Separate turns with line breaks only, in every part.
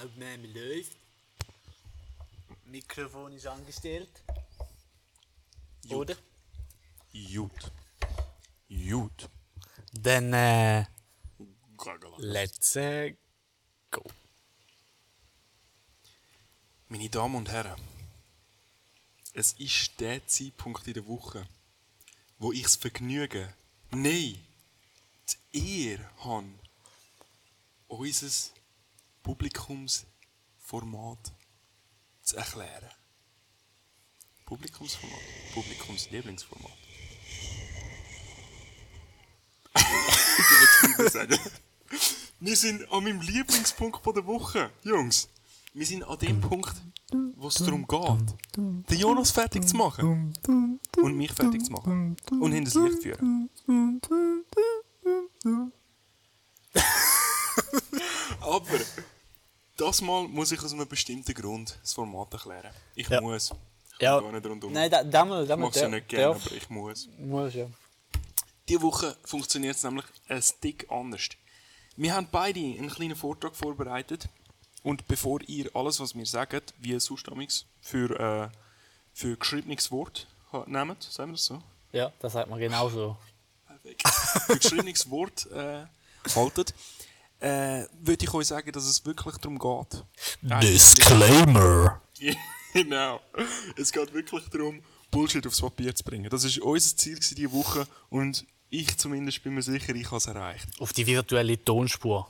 Aufnahme läuft. Mikrofon ist angestellt. Oder?
Gut. Gut.
Dann äh, let's äh, go.
Meine Damen und Herren, es ist der Zeitpunkt in der Woche, wo ich das Vergnügen, nein, die Ehre habe, unser Publikumsformat zu erklären. Publikumsformat? Publikumslieblingsformat. Ich würde es sagen. Wir sind an meinem Lieblingspunkt von der Woche, Jungs. Wir sind an dem Punkt, wo es darum geht, den Jonas fertig zu machen und mich fertig zu machen und hinters Licht führen. Aber das Mal muss ich aus einem bestimmten Grund das Format erklären. Ich
Ja.
muss. Ich
Ja.
kann gar nicht rundum.
Nein, da, da mal, da mal.
ich mache es ja nicht gerne, aber ich muss.
Muss ja.
Diese Woche funktioniert es nämlich ein Tick anders. Wir haben beide einen kleinen Vortrag vorbereitet. Und bevor ihr alles, was wir sagen, wie sonst amigs für, äh, für geschriebenes Wort ha- nehmt, sagen wir das so?
Ja, das sagt man genau so.
Perfekt. Für geschriebenes Wort äh, haltet, äh, würde ich euch sagen, dass es wirklich darum geht.
Disclaimer.
genau. Es geht wirklich darum, Bullshit aufs Papier zu bringen. Das war unser Ziel gewesen diese Woche und ich zumindest bin mir sicher, ich habe es erreicht.
Auf die virtuelle Tonspur.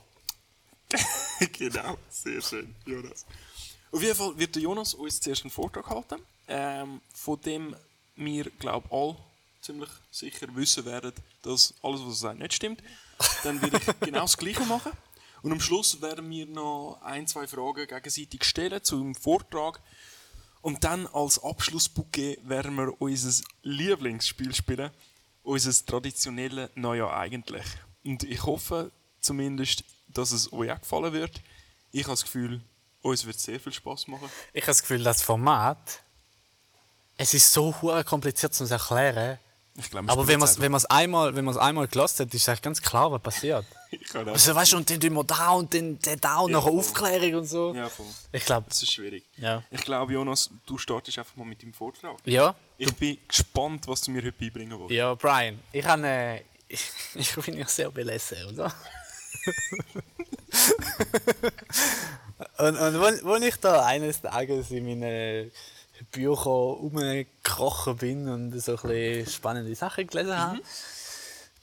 genau, sehr schön, Jonas. Auf jeden Fall wird der Jonas uns zuerst einen Vortrag halten, ähm, von dem wir, glaube alle ziemlich sicher wissen werden, dass alles, was er sagt, nicht stimmt. Dann werde ich genau das Gleiche machen. Und am Schluss werden wir noch ein, zwei Fragen gegenseitig stellen zum Vortrag. Und dann als Abschlussbouquet werden wir unser Lieblingsspiel spielen, unser traditionelles Neujahr eigentlich. Und ich hoffe zumindest, dass es euch auch gefallen wird. Ich habe das Gefühl, uns wird sehr viel Spaß machen.
Ich habe das Gefühl, das Format. Es ist so hure kompliziert zu erklären.
Ich glaube, wir
Aber wenn
spielen
man es
jetzt einfach.
wenn man's einmal, wenn man's einmal gelost hat, ist eigentlich ganz klar, was passiert.
Ich kann auch-
Also, weißt du, und dann tun wir da und dann, dann da und nachher
voll.
Aufklärung und so.
Ja, voll.
Ich glaube,
Das ist schwierig.
Ja.
Ich glaube, Jonas, du startest einfach mal mit dem Vortrag.
ja.
Ich bin gespannt, was du mir heute beibringen willst.
Ja, Brian, ich habe. Äh, ich bin ja sehr belassen, oder? und und wo, wo ich da eines Tages in meinen Büchern rumgekrochen bin und so ein bisschen spannende Sachen gelesen habe,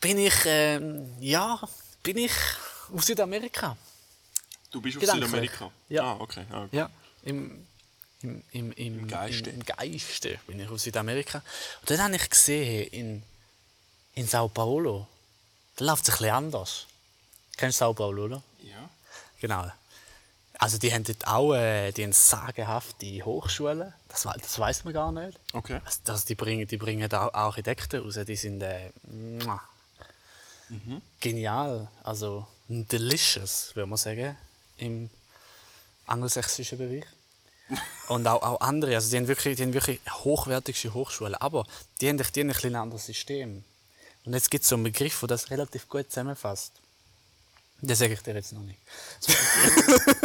bin ich. ähm, ja, bin ich auf Südamerika.
Du bist auf
Gedanklich.
Südamerika.
Ja.
Ah, okay. Ah, okay.
Ja, im, im, im, im,
Geiste.
Im, im Geiste bin ich aus Südamerika. Und dort habe ich gesehen, in, in Sao Paulo, da läuft es ein bisschen anders. Kennst du Sao Paulo, oder?
Ja.
Genau. Also die haben dort auch äh, die haben sagenhafte Hochschulen. Das, wei- das weiß man gar nicht.
Okay.
Also, das, die bringen, die bringen da auch Architekten raus. Die sind äh, muah. genial. Also delicious, würde man sagen, im angelsächsischen Bereich. Und auch, auch andere. Also die haben wirklich, die haben wirklich hochwertigste Hochschulen. Aber die haben, die haben ein bisschen anderes System. Und jetzt gibt es so einen Begriff, der das relativ gut zusammenfasst. Den sage ich dir jetzt noch nicht.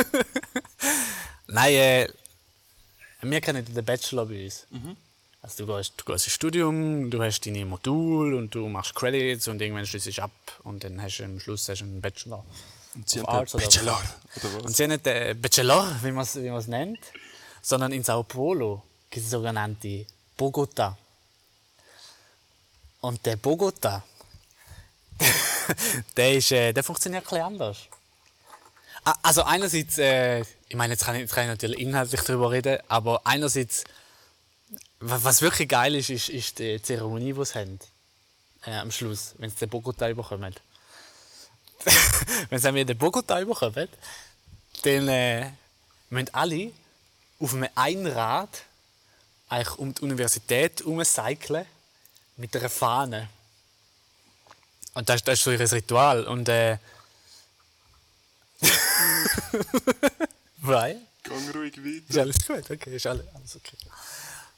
Nein, äh, wir kennen den Bachelor bei uns.
Mhm.
Also du gehst, du gehst ins Studium, du hast deine Module und du machst Credits und irgendwann schließt du ab und dann hast du am Schluss hast du einen Bachelor.
Und sie
Auf
haben
Arts
den
oder
Bachelor. Oder
Und
was?
sie haben nicht den Bachelor, wie man es wie man's nennt, sondern in Sao Paulo gibt es sogenannte Bogota. Und der Bogota, der, ist, äh, der funktioniert ein bisschen anders. Ah, Also einerseits, äh, ich meine, jetzt kann, ich, jetzt kann ich natürlich inhaltlich darüber reden, aber einerseits, wa- was wirklich geil ist, ist, ist die Zeremonie, die sie haben. Äh, am Schluss, wenn sie den Bogota überkommen. wenn sie mir den Bogota überkommen, dann äh, müssen alle auf einem Einrad eigentlich um die Universität herumcyclen mit einer Fahne. Und das, das ist so ihr Ritual. Und, äh, Brian?
Gang ruhig weiter.
Ist alles gut, okay, ist alle- alles okay.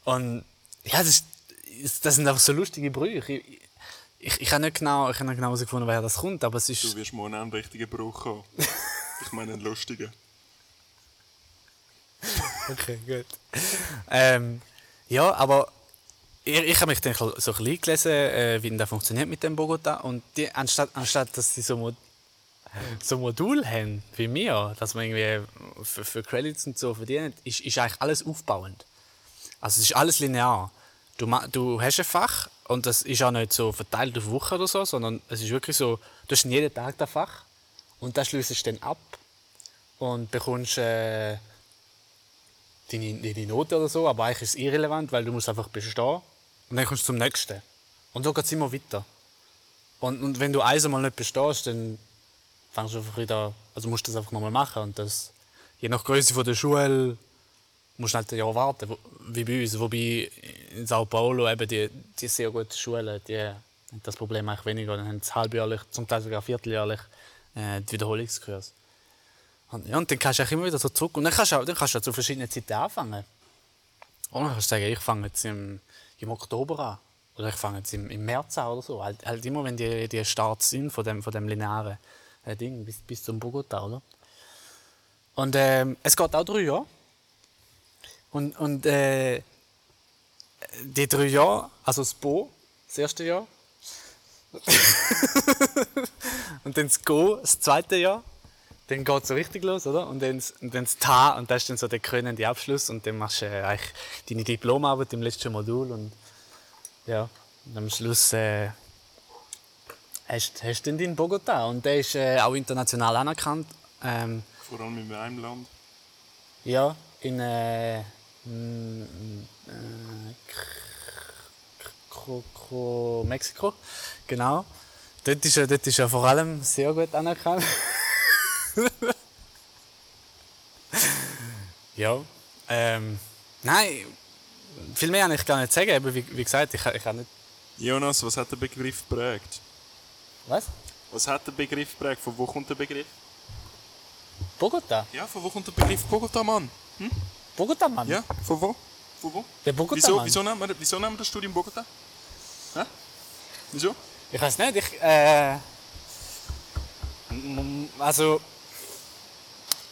Und ja, das, ist- ist, das sind einfach so lustige Brüche. Ich, ich, ich habe nicht genau, ich habe nicht genau herausgefunden, woher das kommt, aber es
Du
ist.
wirst morgen auch einen richtigen Bruch haben. ich meine einen lustigen.
Okay, gut. Ähm, ja, aber ich, ich habe mich dann so ein bisschen eingelesen, äh, wie das funktioniert mit dem Bogota. Und die, anstatt, anstatt dass sie so, Mo so Modul haben wie mir, dass man irgendwie für, für Credits und so verdient, ist, ist eigentlich alles aufbauend. Also es ist alles linear. Du, ma- du hast ein Fach und das ist auch nicht so verteilt auf Wochen oder so, sondern es ist wirklich so, du hast jeden Tag das Fach und das schließt dann ab und bekommst äh, deine, deine Note oder so, aber eigentlich ist es irrelevant, weil du musst einfach bestehen und dann kommst du zum nächsten. Und so geht es immer weiter. Und, und wenn du eins einmal nicht bestehst, dann fängst du einfach wieder, also musst du das einfach nochmal machen und das, je nach Größe von der Schule, musst du halt ein Jahr warten, wo- wie bei uns. Wobei in Sao Paulo eben die, die sehr guten Schulen, die haben das Problem eigentlich weniger. Dann haben sie halbjährlich, zum Teil sogar vierteljährlich äh, die Wiederholungskurse. Und, ja, Ah, und dann kannst du auch immer wieder so zurück. Und dann kannst du auch, dann kannst du auch zu verschiedenen Zeiten anfangen. Und dann kannst du sagen, ich fange jetzt im, im Oktober an. Oder ich fange jetzt im, im März an oder so. Halt, halt immer, wenn die, die Starts sind von dem, von dem linearen äh, Ding bis, bis zum Bogota, oder? Und ähm, es geht auch drei Jahre. Und, und äh, die drei Jahre, also das Bo, das erste Jahr. und dann das Go, das zweite Jahr. Dann geht es so richtig los, oder? Und dann, das- und dann das Ta und das ist dann so der krönende Abschluss. Und dann machst du äh, eigentlich deine Diplomarbeit im letzten Modul. Und ja, und am Schluss äh, hast, hast du dann deinen Bogota. Und der ist äh, auch international anerkannt. Ähm,
Vor allem in meinem Land.
ja, in äh, m- m- äh, K- K- K- Mexiko, genau. Dort ist, er, dort ist er vor allem sehr gut anerkannt. ja. Ähm, nein, viel mehr kann ich gar nicht sagen. Eben, wie, wie gesagt, ich, ich kann nicht.
Jonas, was hat der Begriff geprägt?
Was?
Was hat der Begriff geprägt? Von wo kommt der Begriff?
Bogota?
Ja, von wo kommt der Begriff Bogota, Mann?
Bogota, Mann?
Ja, von wo? Von wo?
Der Bogota,
Wieso,
Mann.
wieso, nennt man, wieso nennt man das Studium Bogota? Hä? Wieso?
Ich weiß nicht, ich. Äh, m- m- also.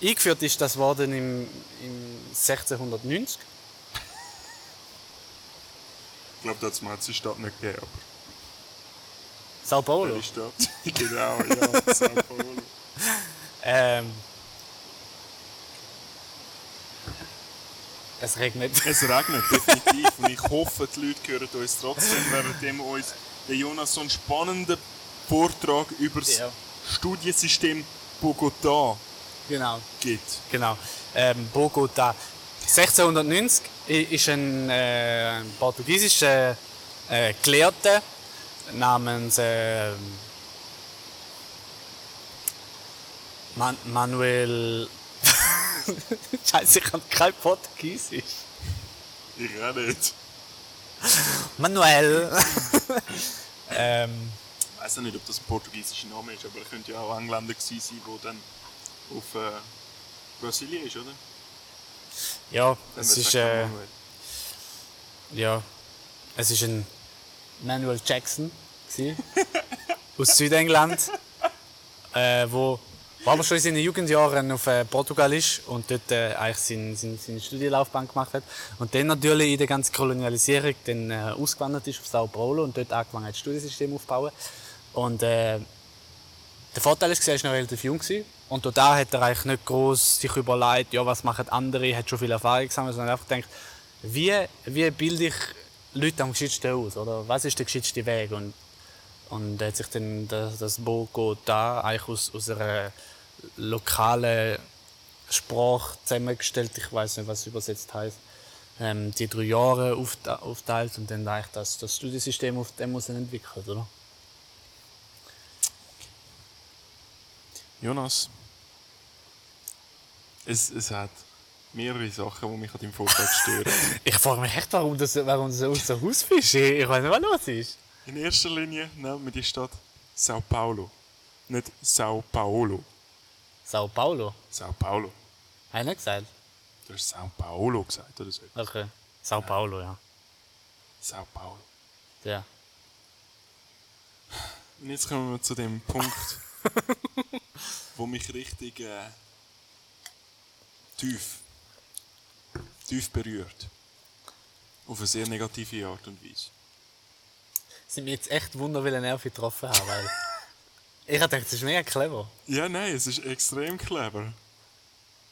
Eingeführt ist das worden im, im 1690.
Ich glaube, das hat es die Stadt nicht gegeben. aber
Sao Paulo.
Die Stadt. genau, ja, Sao Paulo.
Ähm, es regnet.
Es regnet definitiv und ich hoffe, die Leute hören uns trotzdem, währenddem uns der Jonas so einen spannenden Vortrag über das
Ja.
Studiensystem Bogota
genau.
gibt.
genau. Ähm, Bogota. 1690 i- ist ein äh, ein portugiesischer äh, Gelehrter namens äh, Man Manuel. Scheiße, ich kann kein Portugiesisch.
Ich auch nicht.
Manuel. ähm,
Ich weiß nicht, ob das ein portugiesischer Name ist, aber er könnte ja auch Engländer gewesen sein, der dann auf äh, Brasilien ist, oder?
ja,
Dann
es
wird
ist.
kein
Äh,
Manuel.
Ja, es ist ein Manuel Jackson gsi, aus Südengland, äh, wo, wo aber schon in seinen Jugendjahren auf äh, Portugal ist und dort äh, eigentlich seine, seine, seine Studienlaufbahn gemacht hat. Und dann natürlich in der ganzen Kolonialisierung dann, äh, ausgewandert ist auf Sao Paulo und dort angefangen hat, das Studiensystem aufzubauen. Und äh, der Vorteil ist, er war noch relativ jung gewesen. und da hat er eigentlich nicht groß sich überlegt, ja, was machen andere, hat schon viel Erfahrung gesammelt, sondern einfach gedacht, wie, wie bilde ich Leute am geschicktesten aus, oder was ist der geschickte Weg? Und, und er hat sich dann das, das Boko da eigentlich aus, aus einer lokalen Sprache zusammengestellt, ich weiß nicht, was es übersetzt heißt, ähm, die drei Jahre aufte- aufteilt und dann eigentlich das, das Studiensystem auf dem muss er entwickelt, oder?
Jonas, es, es hat mehrere Sachen, die mich an deinem Vortrag stören.
Ich frage mich echt, warum das, warum das aus dem Haus ist. Ich weiß nicht, was los ist.
In erster Linie nennen wir die Stadt Sao Paulo. Nicht Sao Paulo.
Sao Paulo.
Sao Paulo.
Habe ich nicht gesagt?
Du hast Sao Paulo gesagt oder so.
Okay. Sao Paulo, ja.
Sao Paulo.
Ja.
Und jetzt kommen wir zu dem Punkt, wo mich richtig äh, tief tief berührt. Auf eine sehr negative Art und Weise.
sind mir jetzt echt Wunder, welche Nerven getroffen haben, weil ich hab gedacht, das ist mega clever.
Ja, nein, es ist extrem clever.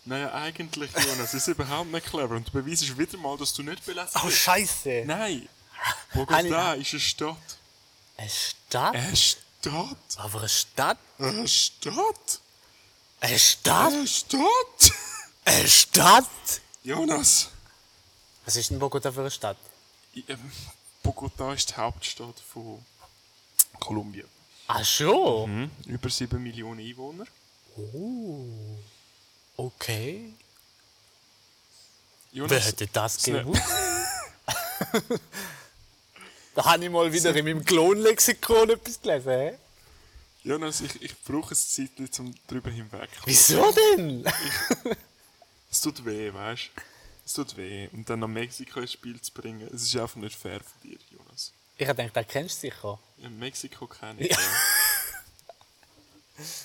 Nein, eigentlich, Jonas, es ist überhaupt nicht clever. Und du beweisest wieder mal, dass du nicht belästigt
Oh, Scheiße!
Nein!
Eine-
Bogotá ist eine Stadt.
Eine Stadt?
Eine Stadt?
Aber eine Stadt?
Eine Stadt?
Eine Stadt?
Eine Stadt?
Eine Stadt?
Jonas!
Was ist denn Bogota für eine Stadt?
ich- ähm, Bogotá ist die Hauptstadt von Kolumbien.
Ach schon?
Über 7 Millionen Einwohner.
Oh. Okay.
Jonas,
Wer hätte das
Sna-
gewusst? da habe ich mal wieder in meinem Klonlexikon etwas gelesen. hä?
Jonas ich, ich brauche ein Zeitchen, um darüber hinwegzukommen.
Wieso denn?
Es tut weh, weißt du? Es tut weh. Und dann nach Mexiko ins Spiel zu bringen, es ist einfach nicht fair von dir, Jonas.
Ich habe gedacht, das kennst du sicher.
Ja, Mexiko kenne ich. Ja.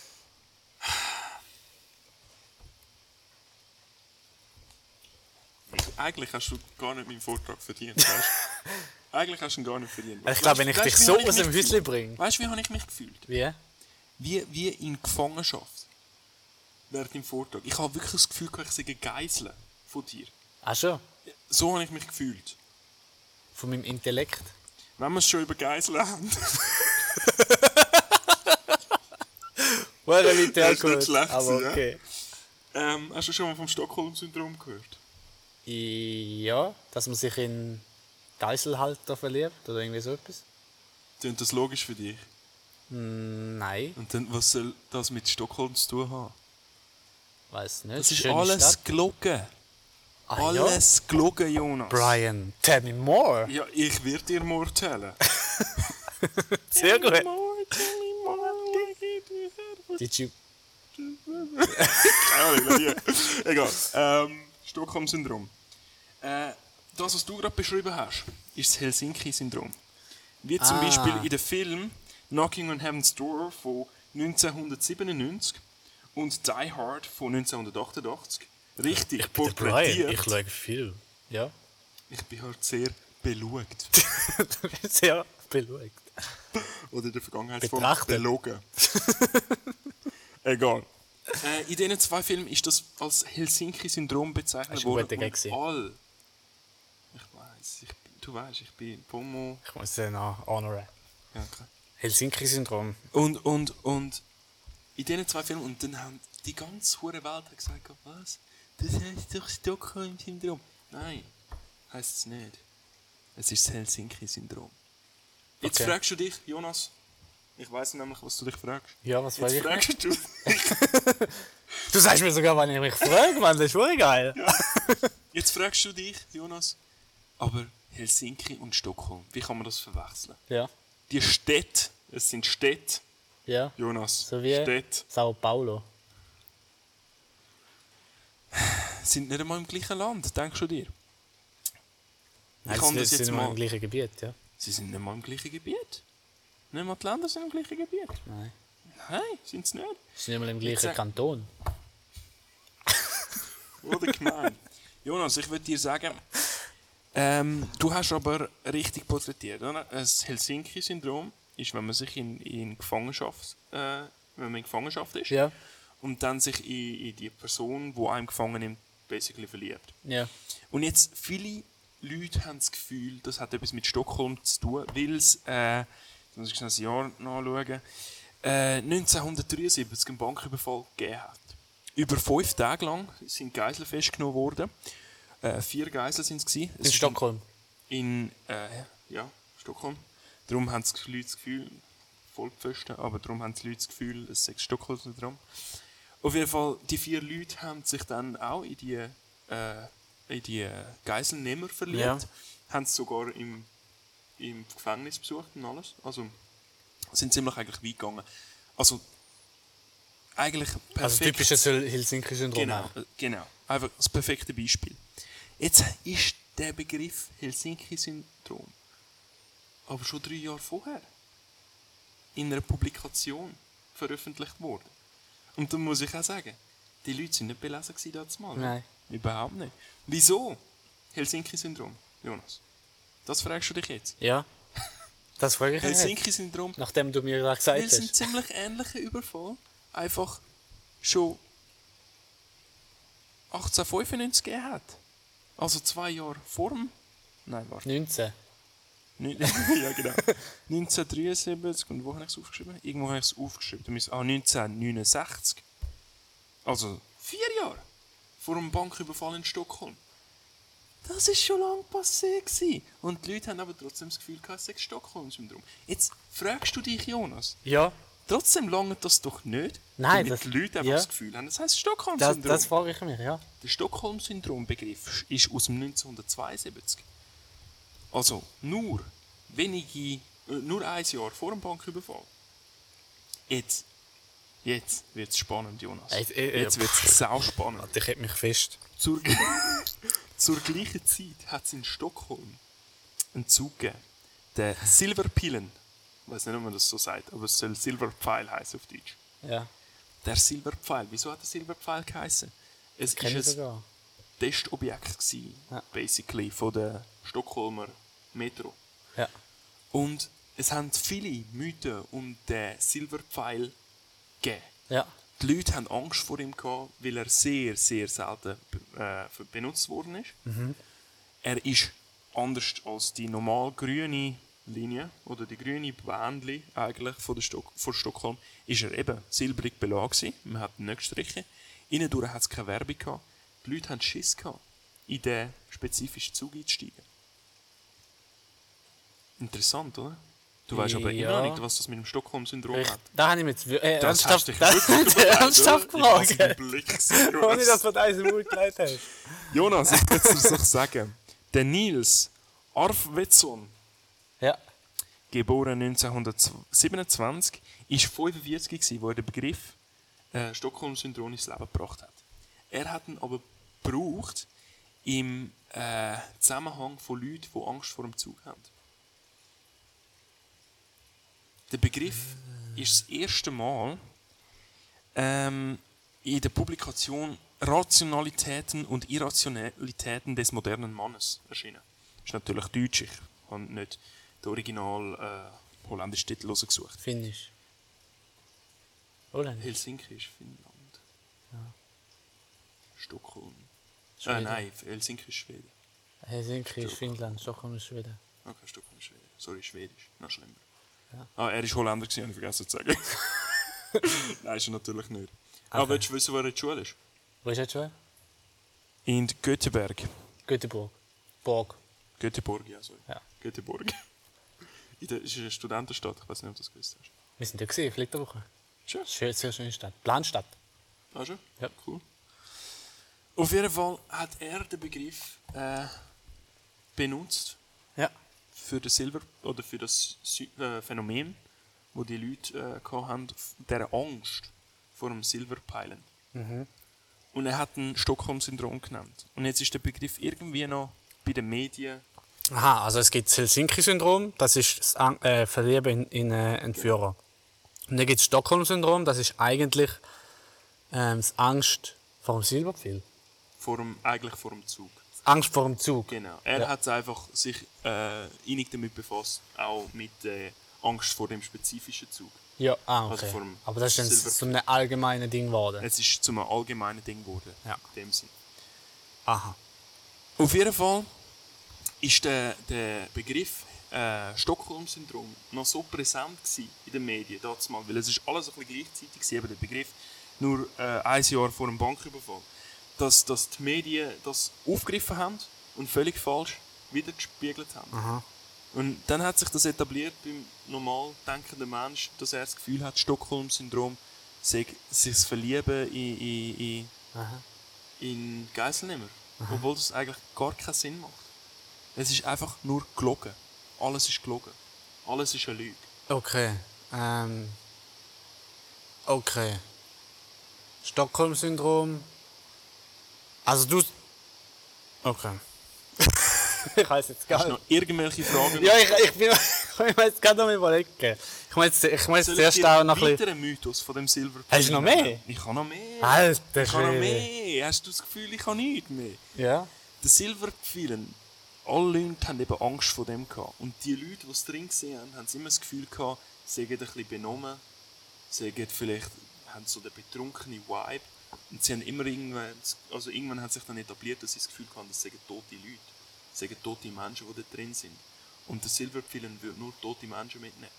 Eigentlich hast du gar nicht meinen Vortrag verdient, weißt du? Eigentlich hast du ihn gar nicht verdient.
Ich glaube, wenn ich
Weißt du,
dich
wie
so
habe ich
aus dem
mich
Häuschen
gefühlt?
bringe.
Weißt du, wie habe ich mich gefühlt?
Wie?
Wie, wie in Gefangenschaft. Während dem Vortrag. Ich habe wirklich das Gefühl, gehabt, ich sei eine Geisel von dir.
Ach Ah, schon?
So habe ich mich gefühlt.
Von meinem Intellekt?
Wenn wir es schon über Geiseln haben.
Well, wie
Das ist nicht schlecht,
aber
ja.
okay.
Ähm, hast du schon mal vom Stockholm-Syndrom gehört?
Ja, dass man sich in Geiselhalter verliebt oder irgendwie so etwas?
Klingt das logisch für dich?
Nein,
Und dann, was soll das mit Stockholm zu tun haben?
weiß nicht.
Das ist
Schöne
alles
Stadt.
gelogen.
Ah, Ja.
Alles gelogen, Jonas.
Brian, tell me more.
Ja, ich werde dir more tellen.
Sehr gut.
more, tell me more.
Did you...
Keine Ahnung, Ah, ja. Egal. Ähm, Stockholm-Syndrom. Äh, das, was du gerade beschrieben hast, ist das Helsinki-Syndrom. Wie zum
Ah.
Beispiel in dem Film Knocking on Heaven's Door von 1997 und Die Hard von 1988. Richtig
Der Brian,
porträtiert.
ich schaue viel. Ja.
ich bin halt sehr belugt.
du bist sehr belugt.
Oder in der Vergangenheitsform
Betrachtet.
belogen. Egal. Äh, in diesen zwei Filmen ist das als Helsinki-Syndrom bezeichnet
Das war ein guter
worden.
Gag gewesen.
Und all. Ich weiß, ich, du weißt, ich bin Pomo.
Ich muss den noch honoren.
Ja, okay.
Helsinki-Syndrom.
Und, und, und. In diesen zwei Filmen, und dann haben die ganze hure Welt hat gesagt, was? Das heißt doch Stockholm-Syndrom. Nein, heißt es nicht. Es ist das Helsinki-Syndrom. Jetzt
Okay.
fragst du dich, Jonas. Ich weiß nämlich, was du dich fragst.
Ja, was weiß
Jetzt
ich?
fragst du.
Du sagst mir sogar, wann ich mich frage, Mann, das ist voll geil.
Jetzt fragst du dich, Jonas. Aber Helsinki und Stockholm, wie kann man das verwechseln?
Ja,
Die Städte, es sind Städte,
ja.
Jonas.
So wie
Städte
Sao Paulo.
sind nicht einmal im gleichen Land, denkst du dir?
Nein,
kann
sie-
das
sie
jetzt
sind immer
mal-
im gleichen Gebiet, ja.
Sie sind nicht mal im gleichen Gebiet. Nicht mal die Länder sind im gleichen Gebiet.
Nein.
Nein, sind sie nicht.
Sie sind immer im gleichen
sag-
Kanton.
Oder gemein. Jonas, ich würde dir sagen, ähm, du hast aber richtig porträtiert. Oder? Das Helsinki-Syndrom ist, wenn man sich in, in Gefangenschaft, äh, wenn man in Gefangenschaft ist
Ja.
und dann sich in, in die Person, die einem gefangen nimmt, basically verliebt.
Ja.
Und jetzt viele Leute haben das Gefühl, das hat etwas mit Stockholm zu tun, weil es, äh, jetzt muss ich schnell das Jahr nachschauen, äh, 1973 einen Banküberfall gegeben hat. Über fünf Tage lang sind Geiseln festgenommen worden. Äh, vier Geiseln sind es gewesen. Es
In
ist
Stockholm.
In, äh, ja, Stockholm. Darum haben die Leute das Gefühl, Vollpfosten, aber darum haben die Leute das Gefühl, es sei Stockholm-Syndrom. Auf jeden Fall, die vier Leute haben sich dann auch in die, äh, in die Geiselnehmer verliebt.
Ja.
Haben sie sogar im, im Gefängnis besucht und alles. Also sind ziemlich eigentlich weit gegangen. Also eigentlich perfekt.
Also typisches Hel- Helsinki-Syndrom.
Genau, äh, genau. Einfach das perfekte Beispiel. Jetzt ist der Begriff Helsinki-Syndrom aber schon drei Jahre vorher in einer Publikation veröffentlicht worden. Und dann muss ich auch sagen, die Leute sind nicht belesen gewesen damals.
Nein.
Überhaupt nicht. Wieso? Helsinki-Syndrom, Jonas? Das fragst du dich jetzt.
Ja. Das frage ich mich. jetzt.
Helsinki-Syndrom,
Nachdem du mir das gesagt
wir sind
hast.
ziemlich ähnlicher Überfall. Einfach schon 1895 gegeben hat. Also zwei Jahre vor dem. Nein, warte.
19.
Neun- ja, genau. 1973, und wo habe ich es aufgeschrieben? Irgendwo habe ich es aufgeschrieben. Da müssen- Ah, 1969. Also vier Jahre vor dem Banküberfall in Stockholm. Das ist schon lange passé. Gewesen. Und die Leute haben aber trotzdem das Gefühl, gehabt, es sei Stockholm-Syndrom. Jetzt fragst du dich, Jonas,
Ja,
trotzdem lange das doch nicht,
Nein,
damit
das-
die Leute einfach
ja.
das Gefühl haben, das heißt
das,
Stockholm-Syndrom.
das frage ich mich, ja.
Der Stockholm-Syndrom-Begriff ist aus dem 1972. Also nur wenige, äh, nur ein Jahr vor dem Banküberfall. Jetzt, jetzt wird es spannend, Jonas.
Äh,
Ey, ey, ey,
Jetzt wird es sau spannend.
Ich hätte mich fest.
Zur, zur gleichen Zeit hat es in Stockholm einen Zug gegeben. Der Silberpillen. Ich weiß nicht, ob man das so sagt, aber es soll Silberpfeil heißen auf Deutsch.
Ja,
Der Silberpfeil. Wieso hat der Silberpfeil geheißen? Es
kenne ich
ist ein-
sogar.
Testobjekt gsi,
Ja.
basically von der Stockholmer Metro.
Ja.
Und es haben viele Mythen um den Silberpfeil gegeben.
Ja.
Die Leute haben Angst vor ihm gehabt, weil er sehr, sehr selten äh, benutzt worden ist. Er ist anders als die normal grüne Linie oder die grüne Bändli eigentlich von, der Stock von Stockholm, ist er eben silbrig belag gewesen. Man hat ihn nicht gestrichen. Innendurch hat es keine Werbung gehabt. Die Leute haben Schiss gehabt, in den spezifischen Zug einzusteigen. Interessant, oder? Du weißt aber
Ja.
immer noch nicht, was das mit dem Stockholm-Syndrom
Ich,
hat.
da habe ich mich jetzt wir- äh,
Das hast
ernsthaft,
du dich
das,
wirklich überlegt,
ernsthaft
oder? Also, Ich hasse
gefragt.
den Blick gesehen,
Ohne dass
Jonas.
du das im Mund gelegt hast.
Jonas, ich kann es dir so sagen. Der Nils Arfwetzon,
Ja.
geboren 1927, ist 45 gewesen, wo er den Begriff äh, Stockholm-Syndrom ins Leben gebracht hat. Er hat ihn aber gebraucht im äh, Zusammenhang von Leuten, die Angst vor dem Zug haben. Der Begriff ist das erste Mal ähm, in der Publikation Rationalitäten und Irrationalitäten des modernen Mannes erschienen. Ist natürlich deutsch, ich habe nicht den original äh, holländischen Titel herausgesucht.
Finnisch. Holländisch.
Helsinki ist Finnland. Stockholm. Äh,
Schweden.
nein, Helsinki ist Schweden.
Helsinki ist Finnland, Stockholm ist Schweden.
Okay, Stockholm ist Schweden. Sorry, Schwedisch. Noch schlimmer. Ah, er ist Holländer, gewesen, habe ich vergessen zu sagen. nein, ist er natürlich nicht. Aber willst du wissen, wo er in der Schule ist?
Wo ist jetzt schon?
In Göteborg.
Göteborg. Borg.
Göteborg, ja, sorry.
Ja.
Göteborg. In der, ist eine Studentenstadt, ich weiß nicht, ob du das gewusst hast.
Wir sind da gesehen, Flitterwoche.
Schön.
Schön, sehr schöne Stadt. Planstadt.
Ah, schon?
Ja.
Cool. Auf jeden Fall hat er den Begriff äh, benutzt
Ja.
für das Silber oder für das Sy äh, Phänomen, wo die Leute äh, gehabt haben, f- der Angst vor dem Silberpeilen.
Mhm.
Und er hat ein Stockholm-Syndrom genannt. Und jetzt ist der Begriff irgendwie noch bei den Medien
Aha, also es gibt das Helsinki-Syndrom, das ist das An äh, Verlieben in, in äh, Entführer. Und dann gibt es Stockholm-Syndrom, das ist eigentlich ähm, das Angst vor dem Silberpfeil.
vor dem, eigentlich vor dem Zug.
Das Angst vor dem Zug.
Genau. Er
Ja.
hat einfach sich äh, innig damit befasst, auch mit der Angst vor dem spezifischen Zug.
Ja, ah, okay.
Also vor dem
Aber das ist dann
Silber-
so ein allgemeines Ding geworden.
Es ist zum allgemeinen Ding geworden.
Ja.
In dem Sinn.
Aha.
Auf jeden Fall ist der, der Begriff äh, Stockholm-Syndrom noch so präsent gewesen in den Medien damals, weil es ist alles ein bisschen gleichzeitig gewesen, aber der Begriff nur äh, ein Jahr vor dem Banküberfall, dass, dass die Medien das aufgegriffen haben und völlig falsch wiedergespiegelt haben. Und dann hat sich das etabliert beim normal denkenden Mensch, dass er das Gefühl hat, Stockholm-Syndrom sei sich das Verlieben in, in, in in Geiselnehmer. Obwohl das eigentlich gar keinen Sinn macht. Es ist einfach nur gelogen. Alles ist gelogen. Alles ist eine Lüge.
Okay. Ähm. Okay. Stockholm-Syndrom. Also du. Okay. ich weiß jetzt
Hast du noch irgendwelche Fragen?
Ja, ich, ich bin ich bin jetzt gerade noch am überlegen. Ich meine jetzt, ich meine jetzt
Soll ich
zuerst
dir
auch
einen
noch ein bisschen...
weiteren Mythos von dem Silver
Hast du noch mehr? Ah,
Ich habe noch mehr.
Alter
ich habe noch
Schwede.
mehr. Hast du das Gefühl, ich habe nichts mehr?
Ja.
Der Silberpfeilen, alle Leute haben eben Angst vor dem gehabt. Und die Leute, die es drin gesehen haben, haben immer das Gefühl gehabt, sie sind ein bisschen benommen, sie sind vielleicht, haben so den betrunkenen Vibe. Und sie haben immer irgendwann, also irgendwann hat sich dann etabliert, dass sie das Gefühl hatten, das sind tote Leute. Das sind tote Menschen, die da drin sind. Und der Silberpfeilen würde nur tote Menschen mitnehmen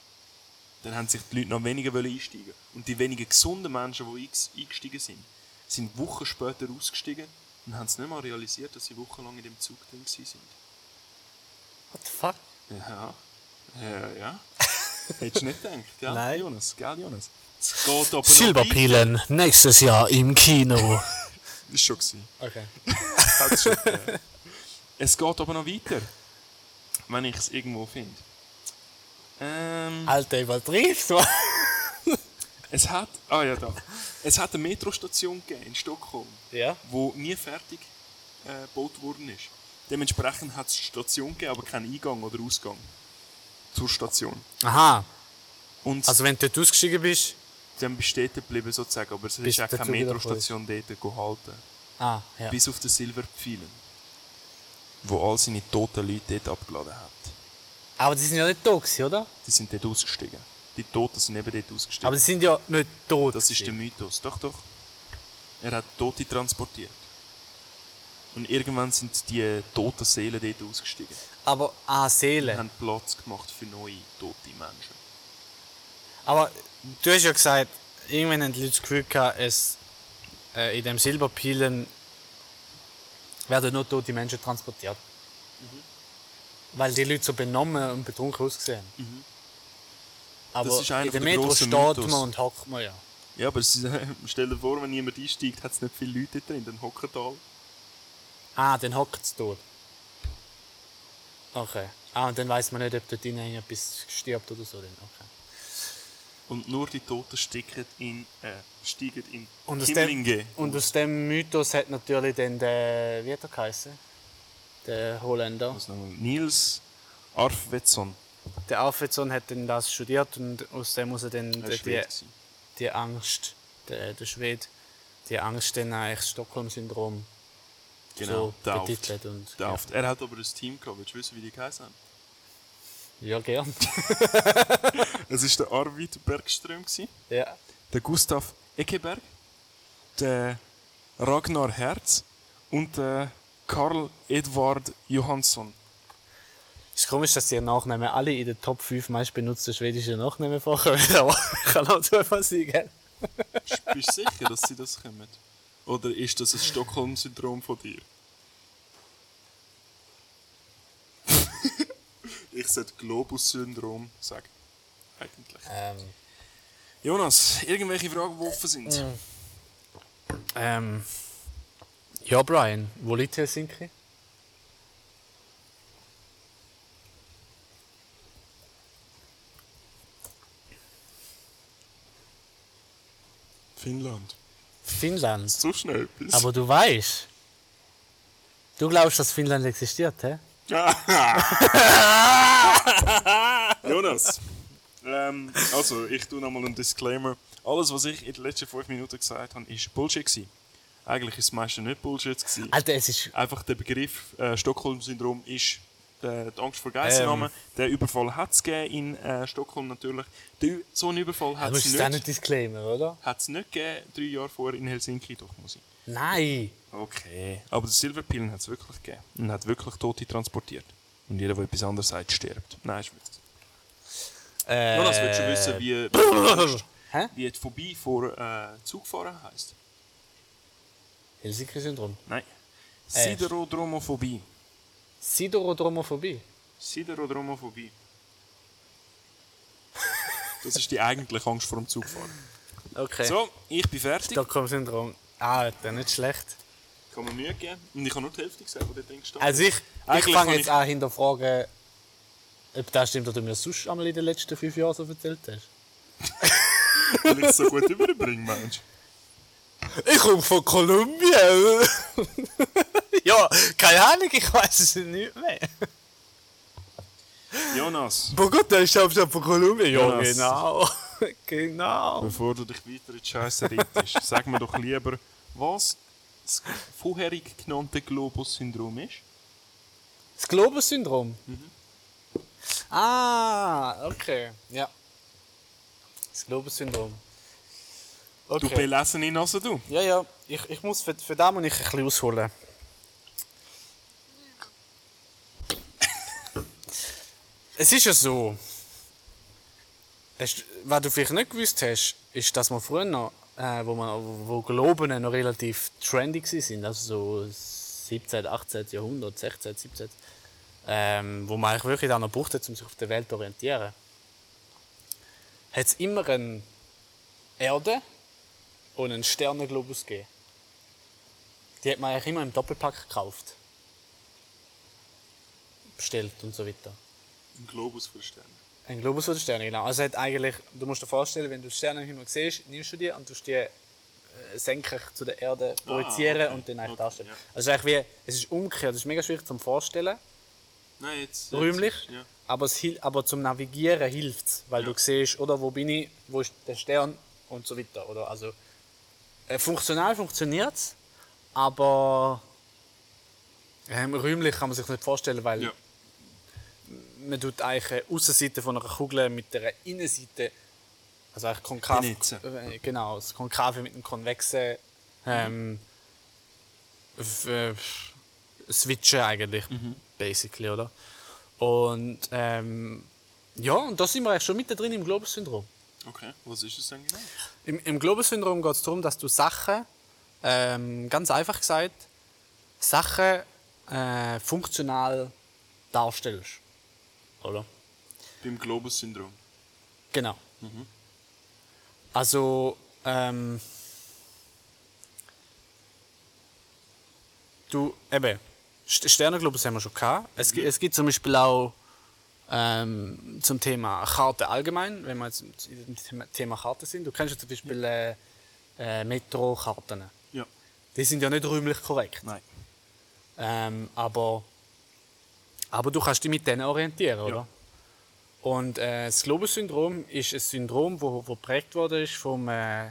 dann haben sich die Leute noch weniger wollen einsteigen. Und die wenigen gesunden Menschen, die einges- eingestiegen sind, sind Wochen später ausgestiegen und haben es nicht mal realisiert, dass sie wochenlang in dem Zug drin gewesen sind.
What the fuck?
Ja. Ja, ja. Hättest du nicht gedacht, gell?
Nein.
Jonas, gell, Jonas? Es geht aber noch
Silberpilen, nächstes Jahr im Kino.
weit- Ist schon gewesen.
Okay.
Hat's schon gegeben. es geht aber noch weiter. Wenn ich es irgendwo finde. Ähm...
Alter, übertriebst du?
Es hat, ah ja, da. Es hat eine Metrostation gegeben in Stockholm,
Ja.
wo nie fertig äh, gebaut worden ist. Dementsprechend hat es eine Station gegeben, aber keinen Eingang oder Ausgang zur Station.
Aha,
Und
also wenn du dort ausgestiegen bist.
dann bist du dort geblieben sozusagen, aber es ist auch
der
keine
Zug wieder
Metrostation dort gehalten.
Ah, ja.
Bis auf den Silberpfeilen, wo all seine toten Leute dort abgeladen hat.
Aber die sind ja nicht da, gewesen, oder?
Die sind dort ausgestiegen. Die Toten sind eben dort ausgestiegen.
Aber die sind ja nicht tot.
Das ist der Mythos. Doch, doch. Er hat Tote transportiert. Und irgendwann sind die toten Seelen dort ausgestiegen.
Aber, ah,
Und
Seele.
haben Platz gemacht für neue tote Menschen.
Aber du hast ja gesagt, irgendwann haben die Leute das Gefühl gehabt, es, äh, in dem Silberpilen werden nur tote Menschen transportiert.
Mhm.
Weil die Leute so benommen und betrunken ausgesehen haben. Aber
Mhm. Das ist einer
in der
der
Metro
grossen
steht
Mythos.
man und hockt man ja.
Ja, aber es ist, stell dir vor, wenn jemand einsteigt, hat es nicht viele Leute drin. Dann hocken da alle.
Ah, dann hockt es tot. Okay. Ah, und dann weiß man nicht, ob dort drinnen etwas stirbt oder so. Dann. Okay.
Und nur die Toten sticken in, äh, steigen in
Und aus, dem,
Himmlinge.
und aus dem Mythos hat natürlich dann der, wie hat er geheißen? Der Holländer.
Was nochmal? Nils Arfwetson.
Der Alfredson hat dann das studiert und aus dem muss er dann
Er
die,
ist
die,
Schwede gewesen.
die Angst, der, der Schwede, die Angst dann eigentlich das Stockholm-Syndrom
Genau,
so
Dauft.
betitelt. Und,
Dauft. Er hat aber ein Team gehabt. Willst du wissen, wie die geheißen haben?
ja, gern.
Es war der Arvid Bergström. Gewesen.
ja.
der Gustav Eckeberg, der Ragnar Herz und der Karl Edward Johansson.
Es ist komisch, dass die Nachnamen alle in den Top 5 meist benutzten schwedischen Nachnamen vorkommen, aber kann auch Zufall sein, gell?
Bist du sicher, dass sie das kommen? Oder ist das ein Stockholm-Syndrom von dir? ich sollte Globus-Syndrom sagen. Eigentlich.
Ähm,
Jonas, irgendwelche Fragen, die offen sind?
Ähm. Ja, Brian, wo liegt Helsinki?
Finnland.
Finnland.
So schnell etwas.
Aber du weißt. Du glaubst, dass Finnland existiert, hä?
Jonas, ähm, also ich tue nochmal einen Disclaimer. Alles, was ich in den letzten fünf Minuten gesagt habe, ist Bullshit. Gewesen. Eigentlich ist das meiste nicht Bullshit. Gewesen.
Alter, es ist.
Einfach der Begriff äh, Stockholm-Syndrom ist äh, die Angst vor Geiselnahmen. Der Überfall hat es gegeben in äh, Stockholm natürlich. Der, so einen Überfall
Du
hat
musst
es
es auch
nicht,
nicht disclaimen, oder?
hat's nicht gegeben, drei Jahre vorher in Helsinki, doch muss ich.
Nein!
Okay. Aber die Silberpillen hat es wirklich gegeben. Und hat wirklich Tote transportiert. Und jeder, der etwas anderes sagt, stirbt. Nein, ist Witz.
Äh,
Jonas, willst du wissen, wie,
Hä?
wie die Phobie vor äh, Zugfahren heisst?
Helsinki-Syndrom.
Nein. Siderodromophobie.
Sidorodromophobie.
Siderodromophobie. Das ist die eigentliche Angst vor dem Zugfahren.
Okay. So.
So, ich bin fertig.
Stockholm-Syndrom. Alter, nicht schlecht.
Kann mir Mühe geben. Und ich habe nur die Hälfte gesagt, die da drin gestanden
Also ich, ich
Eigentlich
fange
kann
jetzt
ich-
an hinterfragen, ob das stimmt, was du mir sonst einmal in den letzten fünf Jahren so erzählt hast.
ist. Weil ich es so gut überbringe, Mensch.
Ich komme von Kolumbien. ja, keine Ahnung, ich weiß es nicht mehr.
Jonas,
Bogota ist Hauptstadt von Kolumbien. Ja,
Jonas.
genau. genau.
Bevor du dich weiter in die Scheiße reitest, sag mir doch lieber, was das vorherig genannte Globus-Syndrom ist.
Das Globus-Syndrom.
Mhm.
Ah, okay. Ja. Das Globus-Syndrom.
Du
Okay.
belesene Nase, du.
ja, ja. Ich, ich muss für, für das muss ich ein bisschen ausholen.
Es ist ja so. Hast, was du vielleicht nicht gewusst hast, ist, dass man früher noch, äh, wo, man, wo Globen noch relativ trendy waren, also so 17., 18. Jahrhundert, 16., 17., ähm, wo man eigentlich wirklich dann noch brauchte, um sich auf der Welt zu orientieren, hat es immer eine Erde und einen Sternenglobus gegeben. Die hat man eigentlich immer im Doppelpack gekauft. Bestellt und so weiter.
Ein Globus verstehen.
Ein Globus oder Sterne, genau. Also hat eigentlich, du musst dir vorstellen, wenn du Sterne im Himmel siehst, nimmst du die und tust die äh, senkrecht zu der Erde projizieren
Ah, okay.
und dann eigentlich
Okay,
darstellen.
ja.
Also eigentlich wie, es ist umgekehrt, es ist mega schwierig zum Vorstellen,
Nein, jetzt. jetzt-
räumlich,
Ja.
aber, es, hil- aber zum Navigieren hilft es, weil
Ja.
du siehst, oder wo bin ich, wo ist der Stern und so weiter. Oder? Also, äh, funktional funktioniert es, aber ähm, räumlich kann man sich nicht vorstellen, weil
ja.
man tut eigentlich eine Außenseite von einer Kugel mit der Innenseite, also eigentlich konkav,
Benetzen.
äh, genau, das Konkave mit dem Konvexen ähm, f- äh, f- switchen eigentlich, basically, oder? Und ähm, ja, und da sind wir eigentlich schon mittendrin im Globus-Syndrom.
Okay, was ist es denn genau?
Im, im Globus-Syndrom geht es darum, dass du Sachen, ähm, ganz einfach gesagt, Sachen äh, funktional darstellst. Oder?
Beim Globus-Syndrom.
Genau. Also, ähm, du, eben, St- Sternenglobus haben wir schon gehabt. Es, gi- es gibt zum Beispiel auch ähm, zum Thema Karte allgemein, wenn wir jetzt im Thema- Thema Karte sind. Du kennst ja zum Beispiel äh, äh, Metro-Karten.
Ja.
Die sind ja nicht räumlich korrekt.
Nein.
Ähm, aber, aber du kannst dich mit denen orientieren, oder?
Ja.
Und äh, das Globus-Syndrom ist ein Syndrom, wo, wo geprägt wurde ist vom äh,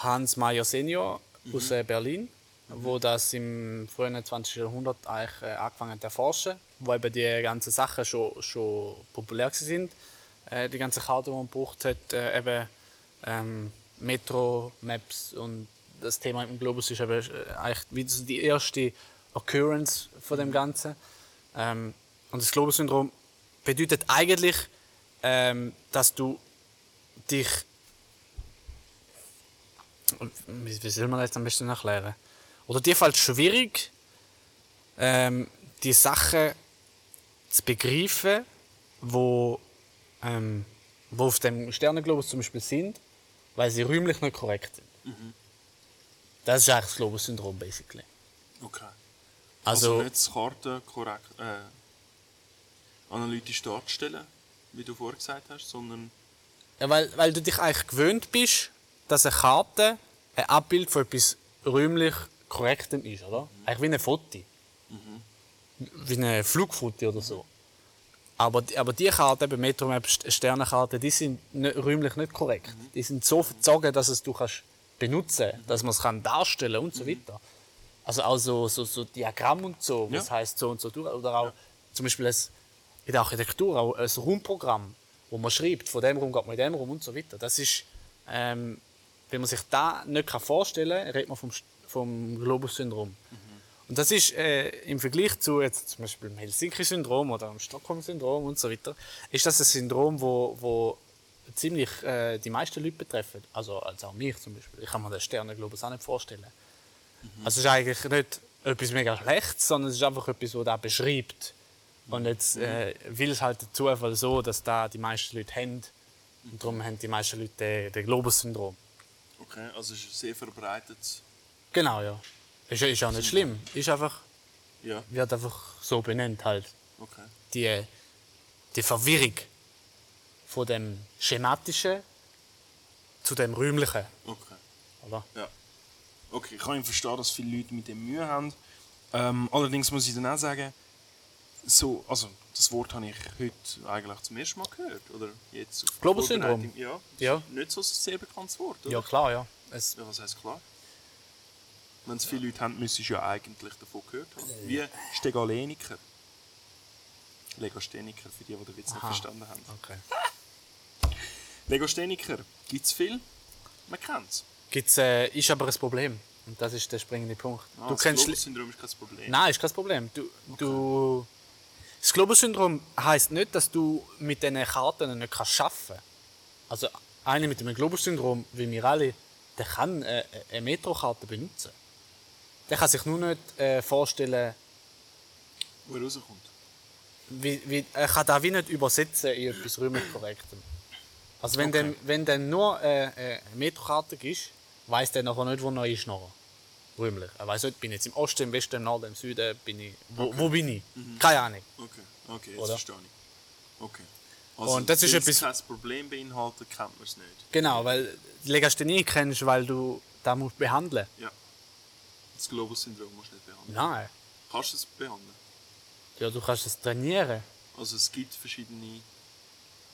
Hans Meyer Senior aus äh, Berlin, wo das im frühen 20. Jahrhundert eigentlich äh, angefangen hat zu erforschen, wo eben die ganzen Sachen schon, schon populär gewesen sind. Äh, die ganzen Karten, die man braucht hat, äh, eben ähm, Metro, Maps und das Thema im Globus ist eben äh, eigentlich wieder so die erste Occurrence von dem Ganzen. Ähm, und das Globus-Syndrom bedeutet eigentlich, ähm, dass du dich. Wie wie soll man das am besten erklären? Oder dir fällt schwierig, ähm, die Sachen zu begreifen, wo, ähm, wo auf dem Sternenglobus zum Beispiel sind, weil sie räumlich nicht korrekt sind. Das ist eigentlich das Globus-Syndrom, basically.
Okay. Also,
Also,
nicht die Karte korrekt äh, analytisch darstellen, wie du vorher gesagt hast, sondern
ja, weil, weil du dich eigentlich gewöhnt bist, dass eine Karte ein Abbild von etwas räumlich Korrektem ist, oder? Eigentlich wie eine Foto. Wie eine Flugfoto oder so. Aber, die- aber die Karten, eben Metromap, St- Sternenkarten, die sind nicht, räumlich nicht korrekt. Die sind so verzogen, dass es du kannst benutzen kannst, dass man es kann darstellen und so weiter. Also auch so, so, so Diagramm und so, was
Ja.
heißt so und so durch. Oder auch zum Beispiel ein, in der Architektur auch ein Raumprogramm, wo man schreibt, von dem Raum geht man in dem Raum und so weiter. Das ist, ähm, wenn man sich da nicht kann vorstellen kann, redet man vom, St- vom Globus-Syndrom. Und das ist äh, im Vergleich zu jetzt zum Beispiel dem Helsinki-Syndrom oder dem Stockholm-Syndrom und so weiter, ist das ein Syndrom, wo, wo ziemlich äh, die meisten Leute betreffen. Also, also auch mich zum Beispiel. Ich kann mir den Sternenglobus auch nicht vorstellen. Also es ist eigentlich nicht etwas mega Schlechtes, sondern es ist einfach etwas, was das beschreibt. Und jetzt äh, will es halt der Zufall so, dass da die meisten Leute haben. Und darum haben die meisten Leute den, den Globus-Syndrom.
okay, also es ist sehr verbreitet.
Genau, ja. Ist, ja- ist auch nicht schlimm. Ist einfach,
Ja,
wird einfach so benannt halt.
okay.
die, die Verwirrung von dem Schematischen zu dem Räumlichen.
Okay.
Oder?
Ja. Okay, ich kann verstehen, dass viele Leute mit dem Mühe haben. Ähm, allerdings muss ich dann auch sagen, so, also das Wort habe ich heute eigentlich zum ersten Mal gehört. Oder jetzt auf die
Globus-Syndrom?
Vorbereitung. Ja, das
Ja.
ist nicht so ein sehr bekanntes Wort, oder?
Ja, klar, ja. Es,
ja was heißt klar? Wenn es viele Leute haben, müsstest du ja eigentlich davon gehört haben. Wie Stegaleiniker. Legastheniker, für die, die den Witz nicht verstanden haben.
Okay.
Legastheniker gibt es viel. Man kennt es.
Gibt's, äh, ist aber ein Problem. Und das ist der springende Punkt. du kennst.
Ah, das syndrom ist kein Problem.
Nein, ist kein Problem. Du, du das Globus-Syndrom heisst nicht, dass du mit diesen Karten nicht kannst arbeiten kannst. Also, einer mit dem Globus-Syndrom, wie wir alle, der kann äh, eine Metrokarte benutzen. Der kann sich nur nicht äh, vorstellen,
Wo er rauskommt.
wie, wie, er kann das wie nicht übersetzen in etwas römisch korrektem. Also, wenn dem, wenn dem nur äh, äh, eine Metrokarte ist, weiß der nachher nicht, wo er ist. Nachher. Römlich. Er weiß nicht, bin ich jetzt im Osten, im Westen, im Norden, im Süden, bin ich, wo, wo bin ich?
Mhm.
Keine Ahnung.
Okay, okay, jetzt
Oder?
verstehe ich. Okay. Also,
Und das ist
wenn es
etwas-
kein Problem beinhaltet, kennt man es nicht.
Genau, weil die Legasthenie kennst, weil du das musst behandeln.
Ja. Das Globus-Syndrom musst du nicht behandeln.
Nein.
Kannst du es behandeln?
Ja, du kannst es trainieren.
Also es gibt verschiedene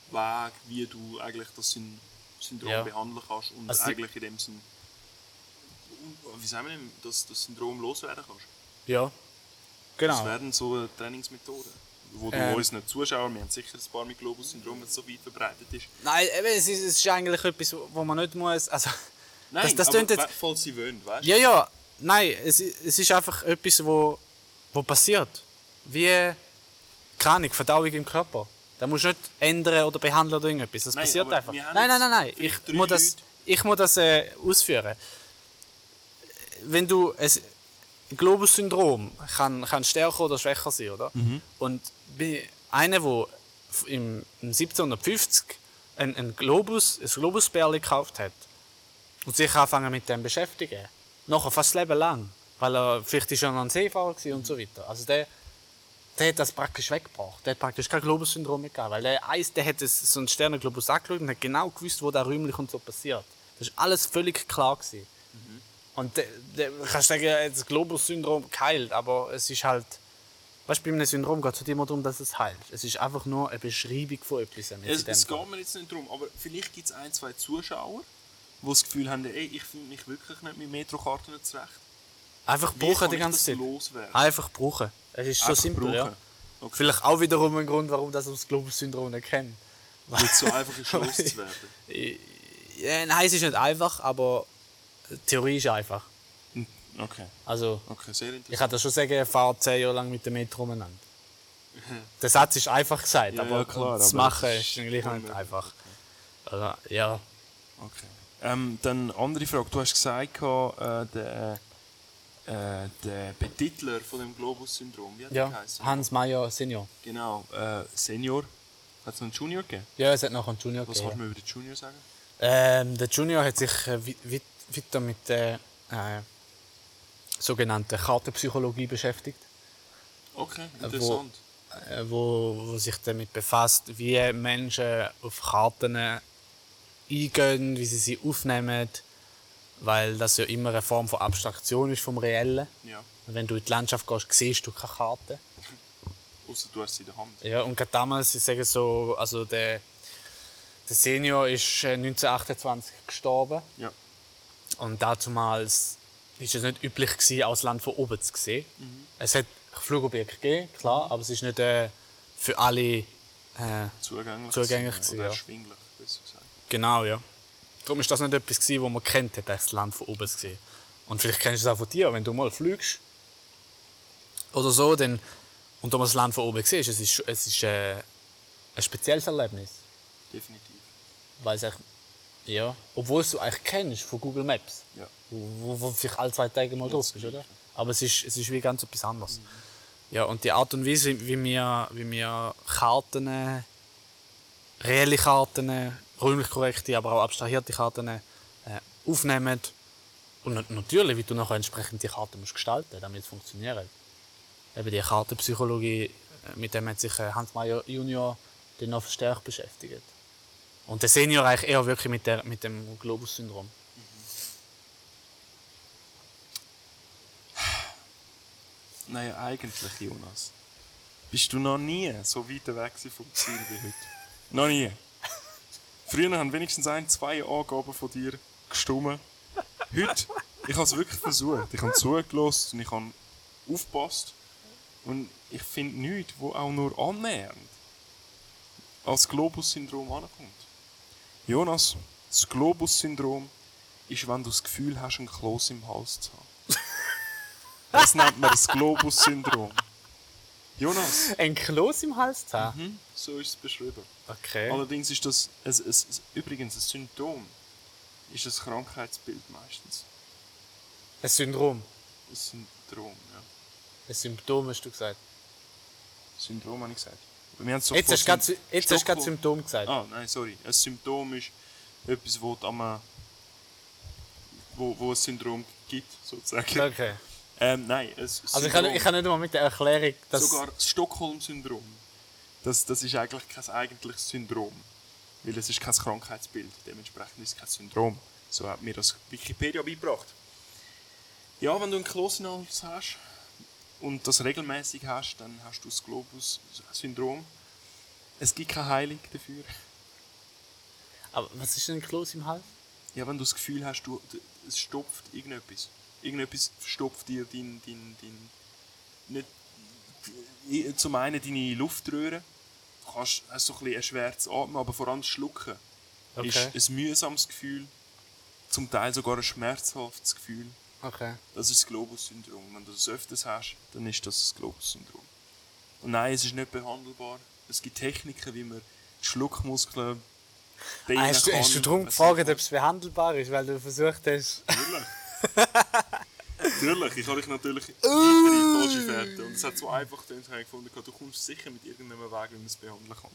Wege, wie du eigentlich das Syn Syndrom
Ja.
behandeln kannst und
Also die-
eigentlich in dem Sinn, wie sagen wir denn, dass das Syndrom loswerden kannst.
Ja.
Das
Genau.
werden so Trainingsmethoden, wo du
Ähm.
uns nicht zuschauen, wir haben sicher ein paar mit Globus-Syndrom, wenn es so weit verbreitet ist.
Nein, eben, es ist, es ist eigentlich etwas, wo man nicht muss. Also, das, das
aber
tönt jetzt.
we- falls sie wollen, weißt du?
Ja, ja. Nein, es, i- es ist einfach etwas, wo, wo passiert. Wie keine Ahnung, Verdauung im Körper. Da musst du nicht ändern oder behandeln oder irgendetwas. Das
Nein,
passiert
aber
einfach.
wir haben
Nein, nein, nein, nein.
jetzt
Ich
vielleicht drei
muss das,
Leute.
ich muss das äh, ausführen. Wenn du es Globus-Syndrom kann, kann stärker oder schwächer sein, oder? Und bei einer, der im, im 1750 ein, ein Globus, ein Globusbärli gekauft hat, und sich anfangen mit dem beschäftigen. Nachher fast das Leben lang. Weil er vielleicht ist er noch ein Seefahrer gewesen und so weiter. Also der, der hat das praktisch weggebracht. Der hat praktisch kein Globus-Syndrom mehr gehabt. Weil der Eis, der hat es- so einen Sternenglobus angeschaut und hat genau gewusst, wo da räumlich und so passiert. Das ist alles völlig klar gewesen.
Mhm.
Und der, der, kannst sagen, er hat das Globus-Syndrom geheilt, aber es ist halt. Weißt du, bei einem Syndrom geht es nicht immer darum, dass es heilt. Es ist einfach nur eine Beschreibung von etwas. jetzt
Es,
in dem
es
Fall.
geht mir jetzt nicht darum, aber vielleicht gibt es ein, zwei Zuschauer, die das Gefühl haben, ey, ich finde mich wirklich nicht mit Metrokarten zurecht.
Einfach
Wie
brauchen
kann
die
ich
ganze
das
Zeit.
loswerden?
Einfach brauchen. Es ist so
Einfach
simpel, ja.
brauchen. Okay.
Vielleicht auch wiederum ein Grund, warum das das Globus-Syndrom nicht kennt.
Nicht so einfach ist loszuwerden.
Ja, nein, es ist nicht einfach, aber die Theorie ist einfach.
Okay,
Also,
okay, sehr
ich
interessant.
kann das schon sagen, ich fahre zehn Jahre lang mit dem Metro umeinander. Der Satz ist einfach gesagt,
Ja,
aber
ja, klar,
das
aber
Machen ist
das ist
eigentlich nicht
unmöglich.
einfach. Also, ja,
Okay. Ähm, dann andere Frage. Du hast gesagt, äh, der, äh, der Betitler von dem Globus-Syndrom, wie hat der
ja.
geheißen?
Hans Meyer Senior.
Genau, äh, Senior. Hat es noch einen Junior gegeben?
Ja, es hat noch einen Junior
Was
gegeben.
kann man über den Junior sagen?
Ähm, der Junior hat sich äh, wei- wei- weiter mit der äh, sogenannten Kartenpsychologie beschäftigt,
Okay, interessant.
äh, wo, wo sich damit befasst, wie Menschen auf Karten eingehen, wie sie sie aufnehmen, weil das ja immer eine Form von Abstraktion ist vom Reellen.
Ja.
Und Wenn du in die Landschaft gehst, siehst du keine Karte.
Außer du hast sie in der Hand.
Ja, und gerade damals, ich sage so, also der, der Senior ist äh, 1928 gestorben.
Ja.
Und dazumals ist es nicht üblich, gewesen, auch das Land von oben zu sehen. Es hat Flugobjekte gegeben, klar, aber es ist nicht äh, für alle. Äh,
Zugänglich.
Zugänglich
gewesen,
gewesen,
Oder
ja.
erschwinglich, besser gesagt.
genau, ja. Darum ist das nicht etwas, gewesen, wo man kennt, hat das Land von oben zu sehen. Und vielleicht kennst du es auch von dir, wenn du mal fliegst oder so, dann, und du mal das Land von oben siehst, es ist, es ist äh, ein spezielles Erlebnis.
Definitiv.
Weil es eigentlich, ja, obwohl es du eigentlich kennst von Google Maps.
Ja.
wo, wo vielleicht alle zwei Tage mal drauf ist, oder? Aber es ist, es ist wie ganz etwas anderes. Mhm. Ja, und die Art und Weise, wie wir, wie wir Karten, äh, reelle Karten, äh, räumlich korrekte, aber auch abstrahierte Karten äh, aufnehmen und nat- natürlich, wie du nachher entsprechend die Karten musst gestalten, damit es funktioniert. Eben die Kartenpsychologie, äh, mit dem hat sich äh, Hans Meyer Junior dann noch verstärkt beschäftigt. Und der Senior eigentlich eher wirklich mit, der, mit dem Globus-Syndrom.
Nein, eigentlich, Jonas. Bist du noch nie so weit weg gewesen vom Ziel wie heute? noch nie. Früher haben wenigstens ein, zwei Angaben von dir gestummen. Heute Ich habe es wirklich versucht. Ich habe zugelassen und ich habe aufgepasst. Und ich finde nichts, wo auch nur annähernd als Globus-Syndrom ankommt. Jonas, das Globus-Syndrom ist, wenn du das Gefühl hast, einen Kloß im Hals zu haben. Das nennt man das Globus-Syndrom. Jonas,
Ein Kloß im Hals zu
Mhm.
haben?
so ist es beschrieben.
Okay.
Allerdings ist das es, es, es, übrigens ein Symptom, ist das Krankheitsbild meistens.
Ein Syndrom.
Ein Syndrom, ja.
Ein Symptom hast du gesagt.
Syndrom habe ich gesagt. Aber Wir haben so
Jetzt
vor
hast du grad
Sym-
Sy- jetzt hast du grad
Stockholm-
Symptom gesagt.
Ah, nein, sorry. Ein Symptom ist etwas, wo du am, wo, wo ein Syndrom gibt, sozusagen.
Okay.
Ähm, nein, ein
Also
Syndrom.
ich kann, ich kann nicht mal mit der Erklärung, dass...
Sogar das Stockholm-Syndrom. Das, das ist eigentlich kein eigentliches Syndrom. Weil es ist kein Krankheitsbild. Dementsprechend ist es kein Syndrom. So hat mir das Wikipedia beigebracht. Ja, wenn du einen Klosenhals hast und das regelmäßig hast, dann hast du das Globus-Syndrom. Es gibt kein Heilig dafür.
Aber was ist denn ein Kloß im Hals?
Ja, wenn du das Gefühl hast, du, d- es stopft irgendetwas. Irgendetwas verstopft dir dein, dein, dein nicht, i- zum einen deine Luftröhre. Du kannst, hast so ein bisschen ein schweres Atmen, aber vor allem das Schlucken
Okay.
ist ein mühsames Gefühl. Zum Teil sogar ein schmerzhaftes Gefühl.
Okay.
Das ist das Globus-Syndrom. Wenn du das öfters hast, dann ist das das Globus-Syndrom. Und nein, es ist nicht behandelbar. Es gibt Techniken, wie man die Schluckmuskeln dehnen
Ah, Hast du, hast du
kann.
darum
Es-
gefragt, ob es behandelbar ist, weil du versucht hast...
Natürlich. natürlich, ich habe dich natürlich weitere falsche Fährte. Und es hat so einfach gedacht, habe ich gefunden, du kommst sicher mit irgendeinem Weg, wie man es behandeln kann.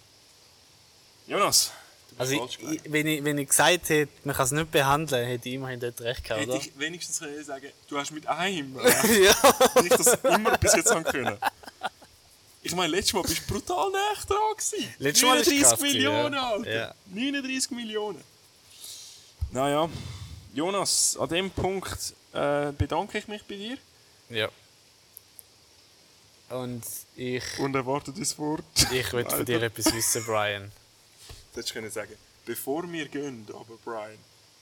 Jonas, du bist
Also
falsch
ich,
gelegen.
ich, wenn, ich, wenn ich gesagt hätte, man kann es nicht behandeln, hätte ich immerhin dort recht gehabt,
Hätte
oder?
ich wenigstens können sagen, du hast mit einem recht,
ja.
wie ich das immer bis jetzt haben können. Ich meine, letztes Mal bist du brutal näher dran. gewesen.
Letztes Mal ist es
39
krass gewesen,
Millionen,
ja.
Alter.
Ja.
39 Millionen. Naja, Jonas, an dem Punkt äh, bedanke ich mich bei dir.
Ja. Und ich,
Und erwartetes Wort.
ich will von dir etwas wissen, Brian.
Das hättest du können sagen. Bevor wir gehen, aber Brian.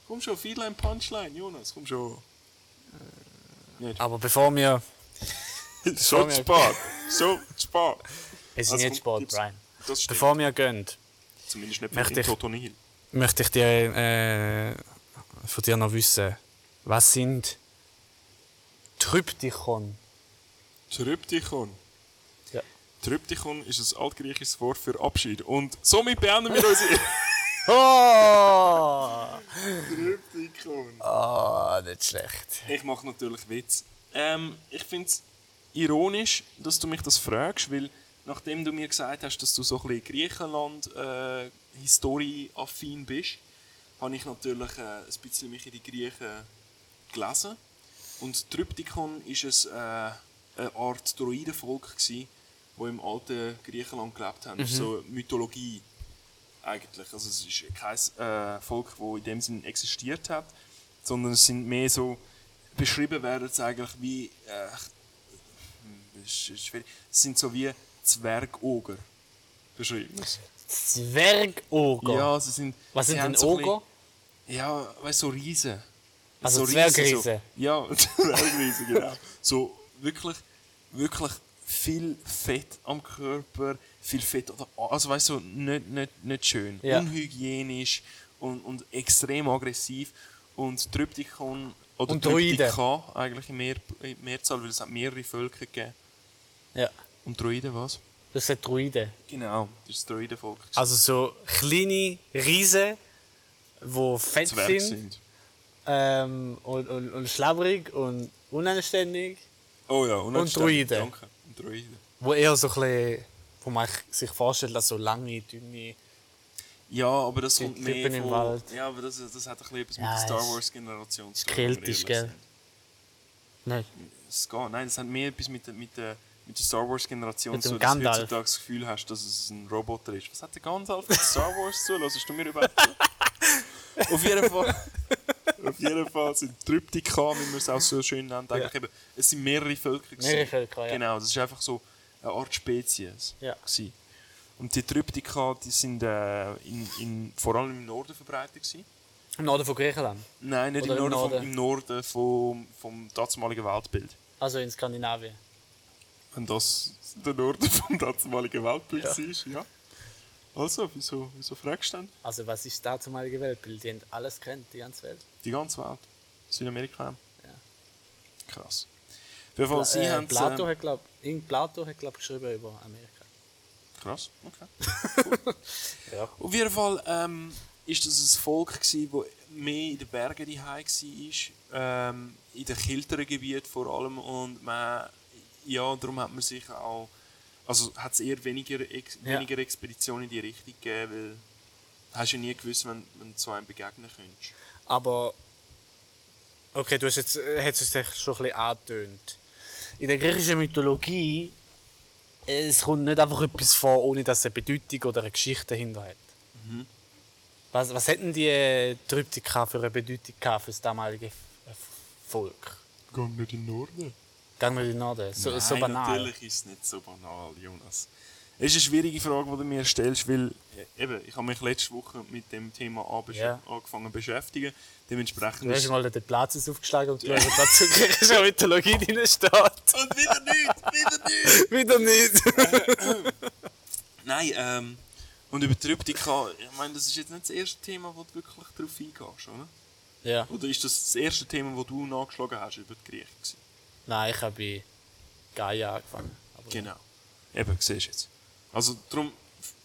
Komm schon, Feedline Punchline, Jonas, komm schon.
Aber bevor wir...
so zu spät. So zu spät.
Es ist
Also
nicht
komm,
spät,
gib's.
Brian.
Das stimmt.
Bevor wir gehen,
Zumindest nicht
Möchte
für
ich-
Toto Nihil.
möchte ich dir äh, von dir noch wissen, was sind Tryptychon?
Tryptychon.
Ja.
Tryptychon ist ein altgriechisches Wort für Abschied. Und somit beenden wir unsere...
Oh!
Tryptychon.
oh, nicht schlecht.
Ich mache natürlich Witz. Ähm, ich finde es ironisch, dass du mich das fragst, weil nachdem du mir gesagt hast, dass du so ein bisschen Griechenland äh, historieaffin bist, habe ich natürlich äh, ein bisschen mich in die Griechen gelesen. Und Tryptikon ist ein, äh, eine Art Droidenvolk gsi, wo im alten Griechenland gelebt haben. Das ist So Mythologie eigentlich. Also es ist kein äh, Volk, wo in dem Sinn existiert hat, sondern es sind mehr so beschrieben werden es eigentlich wie äh, hm, ist, ist schwierig. Es sind so wie Zwergoger beschrieben.
Zwergoger.
Ja, sie sind.
was
sie
sind
haben
denn
so ein
Oger?
bisschen- Ja, weißt du, so Riesen.
Also
Riesen,
Zwergriesen.
So, ja, Zwergriesen, genau. So wirklich, wirklich viel Fett am Körper, viel Fett an der- Also weißt du, nicht, nicht, nicht schön.
Ja.
Unhygienisch und, und extrem aggressiv. Und Tryptikon oder
Und Droiden.
Tryptika eigentlich in, mehr, in Mehrzahl, weil es hat mehrere Völker gegeben.
Ja,
Und Droiden was?
das sind Druiden.
Genau, das ist das Droidenvolk.
Also so kleine Riesen, die fett
Zwerge
sind,
sind.
Ähm, und, und, und schlabberig und unanständig.
Oh ja, und,
Und Droiden.
Danke. Und Droiden.
Wo eher so ein bisschen, wo man sich vorstellt, dass so lange, dünne...
Ja, aber das
Die
kommt mehr
Klippen
von...
im Wald.
Ja, aber das, das hat ein bisschen etwas mit
Ja,
der Star
es-
Wars-Generation
es
zu tun. wenn wir
keltisch,
ehrlich
gell? Nein.
sind. Es geht. Nein, das hat mehr etwas mit der, mit der, mit der Star Wars-Generation
Mit dem
zu tun, dass du
Gandalf.
heutzutage das Gefühl hast, dass es ein Roboter ist. Was hat der Gandalf mit Star Wars zu? Hörst du mir überhaupt zu? Auf jeden Fall... Auf jeden Fall sind Tryptika, wie man es auch so schön nennt, eigentlich eben, es sind mehrere Völker. gewesen.
Mehrere Völker, ja.
Genau, das ist einfach so eine Art Spezies.
Ja.
gewesen. Und die Tryptika, die sind äh, in, in, vor allem im Norden verbreitet gewesen.
Im Norden von Griechenland.
Nein, nicht
Oder
im
im
Norden, vom,
Norden.
im Norden vom, vom damaligen Weltbild.
Also in Skandinavien.
Wenn das der Norden vom damaligen Weltbild
Ja.
ist, ja. Also, wieso, wieso fragst du denn?
Also was ist das damalige Weltbild? Die haben alles kennt, die ganze Welt.
Die ganze Welt. Südamerika.
Ja.
Krass. Auf jeden Fall, sie ähm,
Äh,
haben
Plato hat glaub, irgendein Plato hat glaub, geschrieben über Amerika.
Krass, okay. cool. Auf jeden Fall ähm, ist das ein Volk, gsi, wo mehr in den Bergen die war, ähm, in den Kilteren Gebieten vor allem und man, ja, darum hat man sich auch, also hat es eher weniger, ex,
Ja.
weniger Expeditionen in die Richtung gegeben, weil hast ja nie gewusst, wenn, wenn du so einem begegnen könntest.
Aber okay, du hast jetzt äh, hast es dich schon ein bisschen angetönt. In der griechischen Mythologie äh, es kommt nicht einfach etwas vor, ohne dass es eine Bedeutung oder eine Geschichte dahinter hat.
Mhm.
Was, was hätten die äh, die Triptycha für eine Bedeutung gehabt für das damalige F- F- Volk?
Geh nicht in den Norden.
Gehen wir in den Norden. So,
Nein,
so banal.
natürlich ist es nicht so banal, Jonas. Es ist eine schwierige Frage, die du mir stellst, weil äh, eben, ich habe mich letzte Woche mit dem Thema anbesch-
Ja.
angefangen zu beschäftigen. Dementsprechend
Du hast
ist...
mal den Platz aufgeschlagen und geschaut, was zur griechischen Mythologie drin steht.
Und wieder nicht! Wieder nicht!
Wieder nicht.
Nein, ähm... Und über Tryptika, ich meine, das ist jetzt nicht das erste Thema, wo du wirklich drauf eingehst, oder?
ja.
Oder ist das das erste Thema, das du nachgeschlagen hast über die Griechen? gewesen?
Nein, ich habe bei Gaia angefangen. Aber
Genau. Eben, siehst du jetzt. Also, darum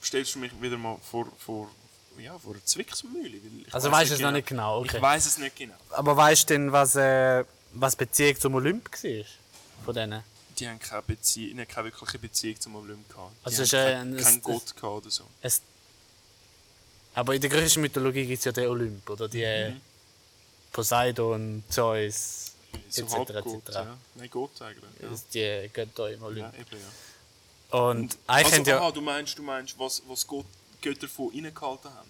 stellst du mich wieder mal vor... vor ja, vor einer Zwicksmühle. weil ich
Also
weiss
weißt du es noch nicht genau, okay.
Ich weiß es nicht genau.
Aber weißt du denn, was, äh, was Beziehung zum Olymp war? Von denen?
die haben keine, Bezie nein, keine wirkliche Beziehung zum Olymp gehabt. Die
Also
haben
es ist, äh,
kein,
ein-
kein
es-
Gott gehabt oder so.
Es Aber in der griechischen Mythologie gibt es ja den Olymp, oder die
Mhm.
äh, Poseidon, Zeus,
So
etc.
Halbgott,
etc.
ja. Nein, Gott eigentlich. Ja.
Die Götter im Olymp.
Ja, eben, ja.
Und eigentlich
Also,
haben Ah, ja.
aha, du meinst, du meinst, was, was Gott, Götter von innen gehalten haben?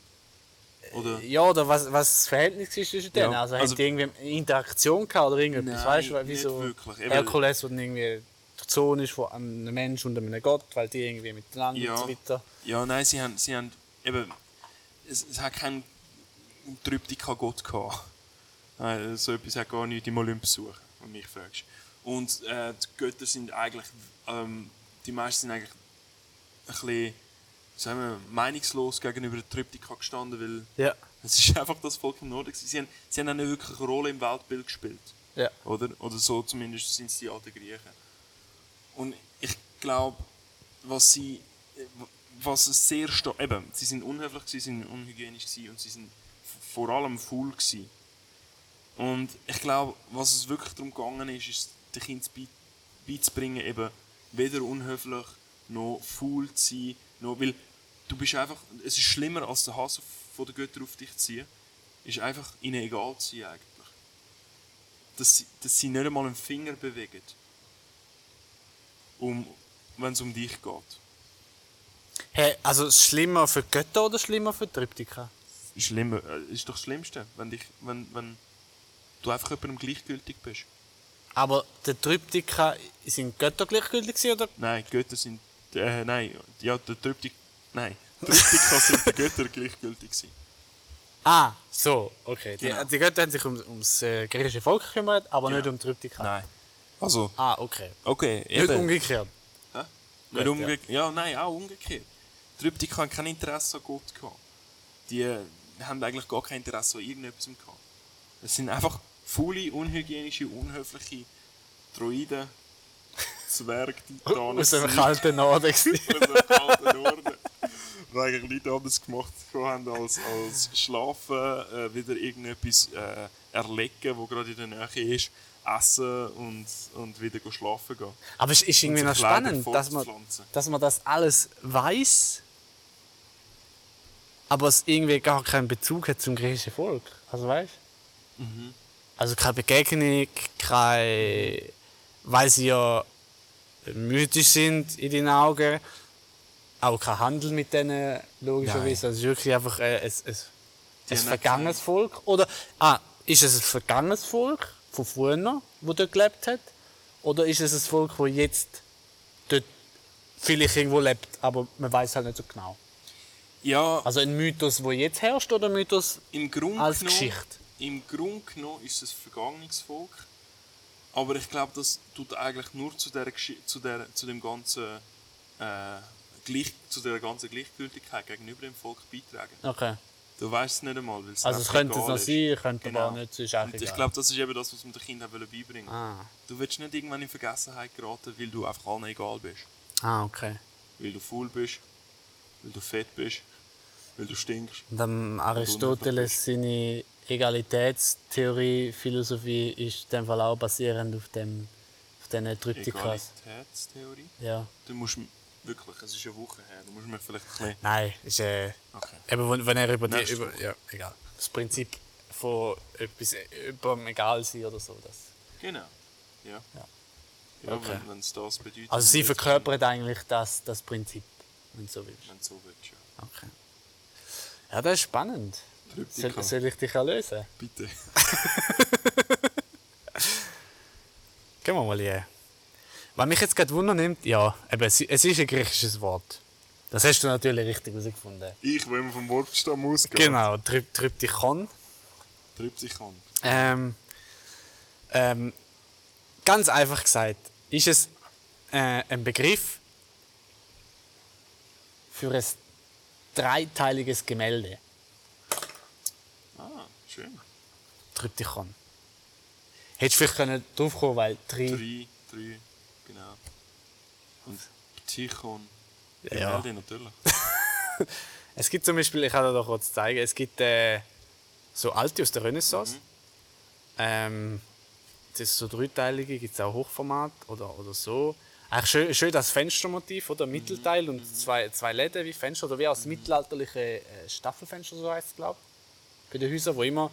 Oder?
Ja, oder was, was das Verhältnis ist zwischen denen?
Ja,
Also,
also-
haben die irgendwie eine Interaktion gehabt oder irgendetwas?
Nein,
weißt du, wie
nicht
so
wirklich. Eben-
Herkules, wo dann irgendwie der Sohn ist von einem Mensch und einem Gott, weil die irgendwie miteinander
Ja.
und so weiter.
Ja, nein, sie haben, sie haben eben, es, es hat keinen Tryptika Gott gehabt. Nein, so etwas hat gar nichts im Olymp zu suchen, wenn du mich fragst. Und äh, die Götter sind eigentlich, ähm, die meisten sind eigentlich ein bisschen, sagen wir, meinungslos gegenüber der Tryptika gestanden, weil
Ja.
es ist einfach das Volk im Norden. gewesen. Sie haben, sie haben auch nicht wirklich eine Rolle im Weltbild gespielt
ja.
oder? Oder so zumindest sind es die alten Griechen. Und ich glaube, was sie, äh, was es sehr stark, eben, sie sind unhöflich, sie sind unhygienisch gewesen und sie sind v- vor allem faul gewesen. Und ich glaube, was es wirklich darum gegangen ist, ist den Kindern bei- beizubringen, eben weder unhöflich noch faul zu sein, noch, weil du bist einfach, es ist schlimmer als der Hass auf- von den Göttern auf dich zu ziehen, ist einfach ihnen egal zu sein eigentlich dass sie, dass sie nicht einmal einen Finger bewegen, um, wenn es um dich geht.
Hey, also schlimmer für die Götter oder schlimmer für die Triptyka?
Schlimmer, äh, ist doch das Schlimmste, wenn, dich, wenn, wenn du einfach jemandem gleichgültig bist.
Aber der Triptyka sind die Götter gleichgültig gewesen, oder?
Nein, Götter sind. Äh, nein, ja, der Tryptik. Nein, Tryptika sind die Götter gleichgültig. Gewesen.
Ah, so, okay.
Genau.
Die, die Götter haben sich um, ums äh, griechische Volk gekümmert, aber
Genau.
nicht um die Triptyka.
Also,
Ah, okay.
okay,
Nicht
eben.
umgekehrt.
Hä? Nicht
Gut,
umge ja. nein, auch umgekehrt. Die Rüptika haben kein Interesse an Gott gehabt. Die äh, haben eigentlich gar kein Interesse an irgendetwas gehabt. Es sind einfach faule, unhygienische, unhöfliche Droiden, Zwerge, Titanen.
Aus dem
gewesen.
kalten Norden. gewesen.
Aus dem kalten Norden. Die eigentlich nichts anderes gemacht haben als, als schlafen, äh, wieder irgendetwas äh, erlecken, wo gerade in der Nähe ist, essen und, und wieder go schlafen gehen.
Aber es ist irgendwie
sich
noch
leider
spannend, dass man,
fortzupflanzen.
dass man das alles weiß, aber es irgendwie gar keinen Bezug hat zum griechischen Volk. Also weißt Also keine Begegnung, keine. Weil sie ja mythisch sind in deinen Augen. Auch kein Handel mit denen, logischerweise. Also es ist wirklich einfach äh, ein, ein, ein
haben
vergangenes Volk. Oder ah, ist es ein vergangenes Volk von früher, noch, wo dort gelebt hat? Oder ist es ein Volk, wo jetzt dort vielleicht irgendwo lebt, aber man weiß halt nicht so genau.
Ja,
Also ein Mythos, wo jetzt herrscht oder ein Mythos?
im Grunde
als
genommen,
Geschichte.
Im Grunde genommen ist es ein vergangenes Volk. Aber ich glaube, das tut eigentlich nur zu, der, zu, der, zu dem ganzen äh, gleich, zu der ganzen Gleichgültigkeit gegenüber dem Volk beitragen.
Okay.
Du weißt es nicht einmal, weil es
Also es
einfach
könnte es
egal
noch
ist.
sein, könnte
Genau.
aber auch nicht, es ist auch
Und ich
egal.
glaube, das ist eben das, was wir den Kindern wollen beibringen wollen.
Ah.
Du willst nicht irgendwann in Vergessenheit geraten, weil du einfach allen egal bist.
ah, okay.
Weil du faul bist, weil du fett bist, weil du stinkst.
Und dann Aristoteles seine Egalitätstheorie, Philosophie ist in dem Fall auch basierend auf dem auf diesen Triptikas.
Egalitätstheorie.
Ja.
Du musst m- wirklich, es ist eine Woche her, du musst mir vielleicht ein bisschen...
Nein, ist äh,
Okay.
eben wenn, wenn er über die
Nächste
über, ja, egal. Das Prinzip von etwas über egal sein oder so, das.
Genau. Ja.
Ja.
Ja,
Okay.
wenn es das bedeutet...
Also sie
dann-
verkörpert eigentlich das, das Prinzip, wenn du so willst.
Wenn du so willst, ja.
Okay. Ja, das ist spannend. Soll,
Triptika.
soll ich dich auch lösen?
Bitte.
Gehen wir mal hier. Was mich jetzt gerade wundern nimmt, ja, eben, es, es ist ein griechisches Wort. Das hast du natürlich richtig herausgefunden.
Ich, wenn man vom Wortstamm ausgeht,
Genau, Try Tryptychon.
treibt sich an.
Ähm, ähm, ganz einfach gesagt, ist es äh, ein Begriff für ein dreiteiliges Gemälde.
Ah, schön.
Mhm. Tryptychon. Hättest du vielleicht können draufkommen, weil drei.
Drei, drei, genau. Und Psychon.
Ja.
Gemälde natürlich.
Es gibt zum Beispiel, ich kann dir doch kurz zeigen, es gibt äh, so alte aus der Renaissance. Ähm, das ist so dreiteilige, gibt es auch Hochformat oder, oder so. Eigentlich schön, schön das Fenstermotiv, oder? Mittelteil und
Mhm.
zwei, zwei Läden wie Fenster, oder wie aus mittelalterlichen äh, Staffelfenster, so heißt es, glaube ich. Bei den Häusern, wo immer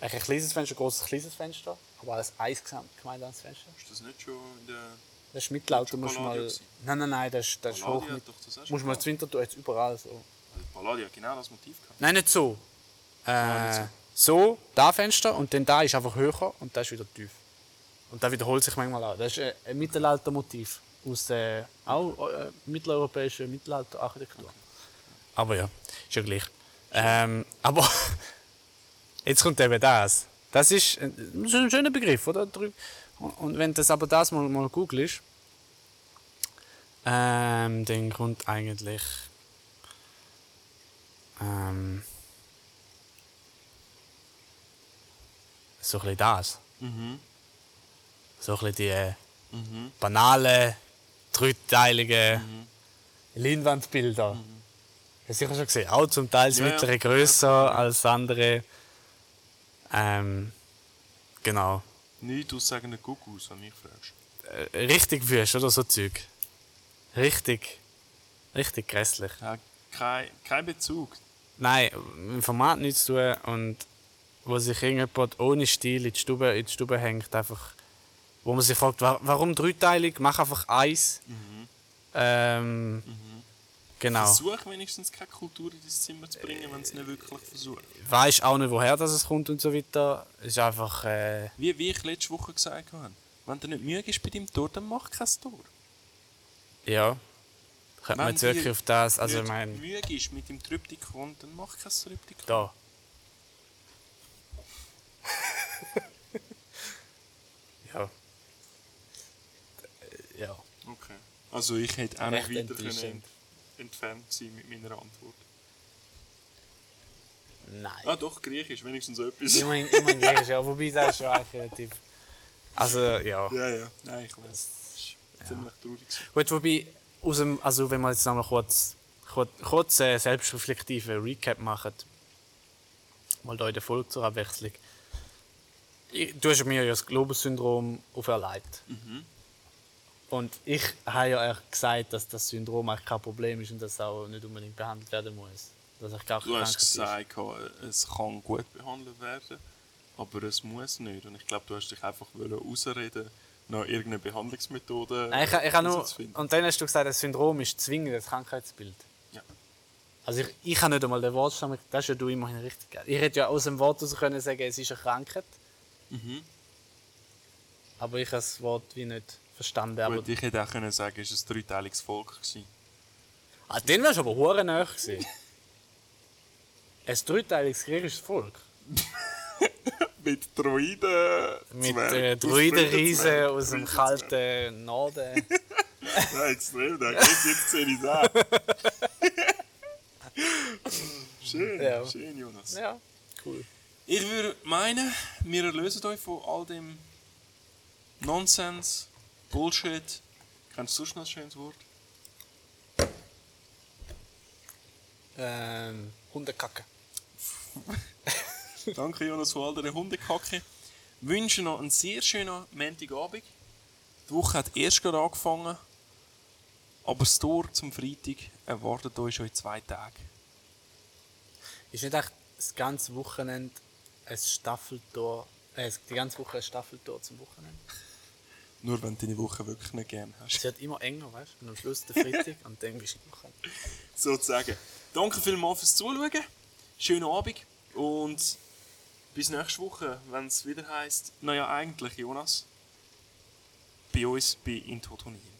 eigentlich ein kleines Fenster, großes kleines Fenster, aber alles eins gemeinsames Fenster.
Ist das nicht schon in der...
Das ist Mittelalter, musst du
Palladium
mal.
gewesen?
Nein, nein, nein, das ist, das ist hoch.
Palladium hat doch das auch schon
Muss man
gehabt.
das Winterthur jetzt überall so.
Also Palladia hat genau das Motiv gehabt.
Nein, nicht so. Äh, so, da Fenster und dann da ist einfach höher und da ist wieder tief. Und da wiederholt sich manchmal auch. Das ist äh, ein Mittelaltermotiv aus der auch äh, mitteleuropäischen Mittelalterarchitektur. Aber ja, ist ja gleich. Ähm, aber jetzt kommt eben das. Das ist ein, das ist ein schöner Begriff, oder? Drü- Und, und wenn das aber das mal, mal googelst, ähm, dann kommt eigentlich. Ähm, so ein bisschen das.
Mhm.
So ein bisschen die äh, banalen, dreiteiligen
Mhm.
Leinwandbilder. Das habe ich schon gesehen. Auch zum Teil das
Ja, ja.
mittlere größer als andere. Ähm, genau.
Nicht aussagende Kuckus, wenn du mich fragst.
Äh, Richtig wüst, oder? So Zeug. Richtig. Richtig grässlich.
Ja, kein, kein Bezug.
Genau. Nein, im Format nichts zu tun und wo sich irgendjemand ohne Stil in die Stube, in die Stube hängt, einfach, wo man sich fragt, wa- warum dreiteilig, mach einfach eins. Ähm, Genau.
Versuch wenigstens keine Kultur in dein Zimmer zu bringen, wenn es nicht wirklich versucht.
Weiß auch nicht, woher das es kommt und so weiter. Es ist einfach, äh,
Wie, wie ich letzte Woche gesagt habe, wenn du nicht müde bist bei deinem Tor, dann mach kein Tor.
ja. Könnte man
Wenn
jetzt
dir
wirklich auf das, also ich
nicht
meine,
müde ist mit dem Tryptikon, dann mach kein Tryptikon.
da. ja. Äh, Ja.
Okay. Also ich hätte auch nicht
Recht
weiter können
enttäuschend.
entfernt sein mit meiner Antwort.
Nein.
Ah doch, Griechisch, wenigstens etwas. Ja,
Immerhin, immerhin Griechisch, ja. Wobei, das ist schon eigentlich relativ... Also, ja.
ja. Nein, ich weiß. Das ist Ziemlich traurig. gewesen.
Gut, wobei, aus dem, also wenn wir jetzt nochmal kurz, kurz, kurz äh, selbstreflektive Recap machen. Mal hier in der Folge zur Abwechslung. Ich, du hast mir ja das Globus-Syndrom auferlegt.
Mhm.
Und ich habe ja eigentlich gesagt, dass das Syndrom eigentlich kein Problem ist und dass es auch nicht unbedingt behandelt werden muss. Dass ich gar
Du hast
Krankheit ist.
gesagt, es kann gut behandelt werden, aber es muss nicht. Und ich glaube, du hast dich einfach wollen ausreden, nach irgendeiner Behandlungsmethode
Nein, ich, ich habe nur,
herauszufinden.
und dann hast du gesagt, das Syndrom ist zwingend ein Krankheitsbild.
Ja.
Also ich, ich habe nicht einmal den Wortstamm, das hast ja du immerhin richtig. gehabt. Ich hätte ja aus dem Wort heraus können sagen, es ist eine Krankheit. Aber ich habe das Wort wie nicht verstanden. Aber,
Gut, ich hätte auch können sagen, es war ein dreiteiliges Volk. Gewesen.
ah, den wärst du aber hure näher gewesen. Ein dreiteiliges griechisches Volk.
Mit Droiden.
Mit
Zwerg-
äh,
Zwerg-
Druidenriesen aus dem
Zwerg-
kalten Norden.
Ja, extrem, da geht's jetzt sehe ich an. schön,
Ja. Ne?
schön, Jonas.
ja, cool.
Ich würde meinen, wir erlösen euch von all dem Nonsens, Bullshit. Kennst du sonst noch ein schönes Wort?
Ähm, Hundekacke.
Danke, Jonas, für all deine Hundekacke. Wünsche noch einen sehr schönen Montagabend. Die Woche hat erst gerade angefangen, aber das Tor zum Freitag erwartet euch schon in zwei Tagen.
Ist nicht echt das ganze Wochenende ein Staffeltor, äh, die ganze Woche ein Staffeltor zum Wochenende?
Nur wenn du deine Woche wirklich nicht gerne hast.
Es wird immer enger, weißt du? Und am Schluss der Freitag und dann bist du noch.
sozusagen. Danke vielmals fürs Zuschauen. Schönen Abend und bis nächste Woche, wenn es wieder heißt, naja, eigentlich Jonas, bei uns bei Intotonil.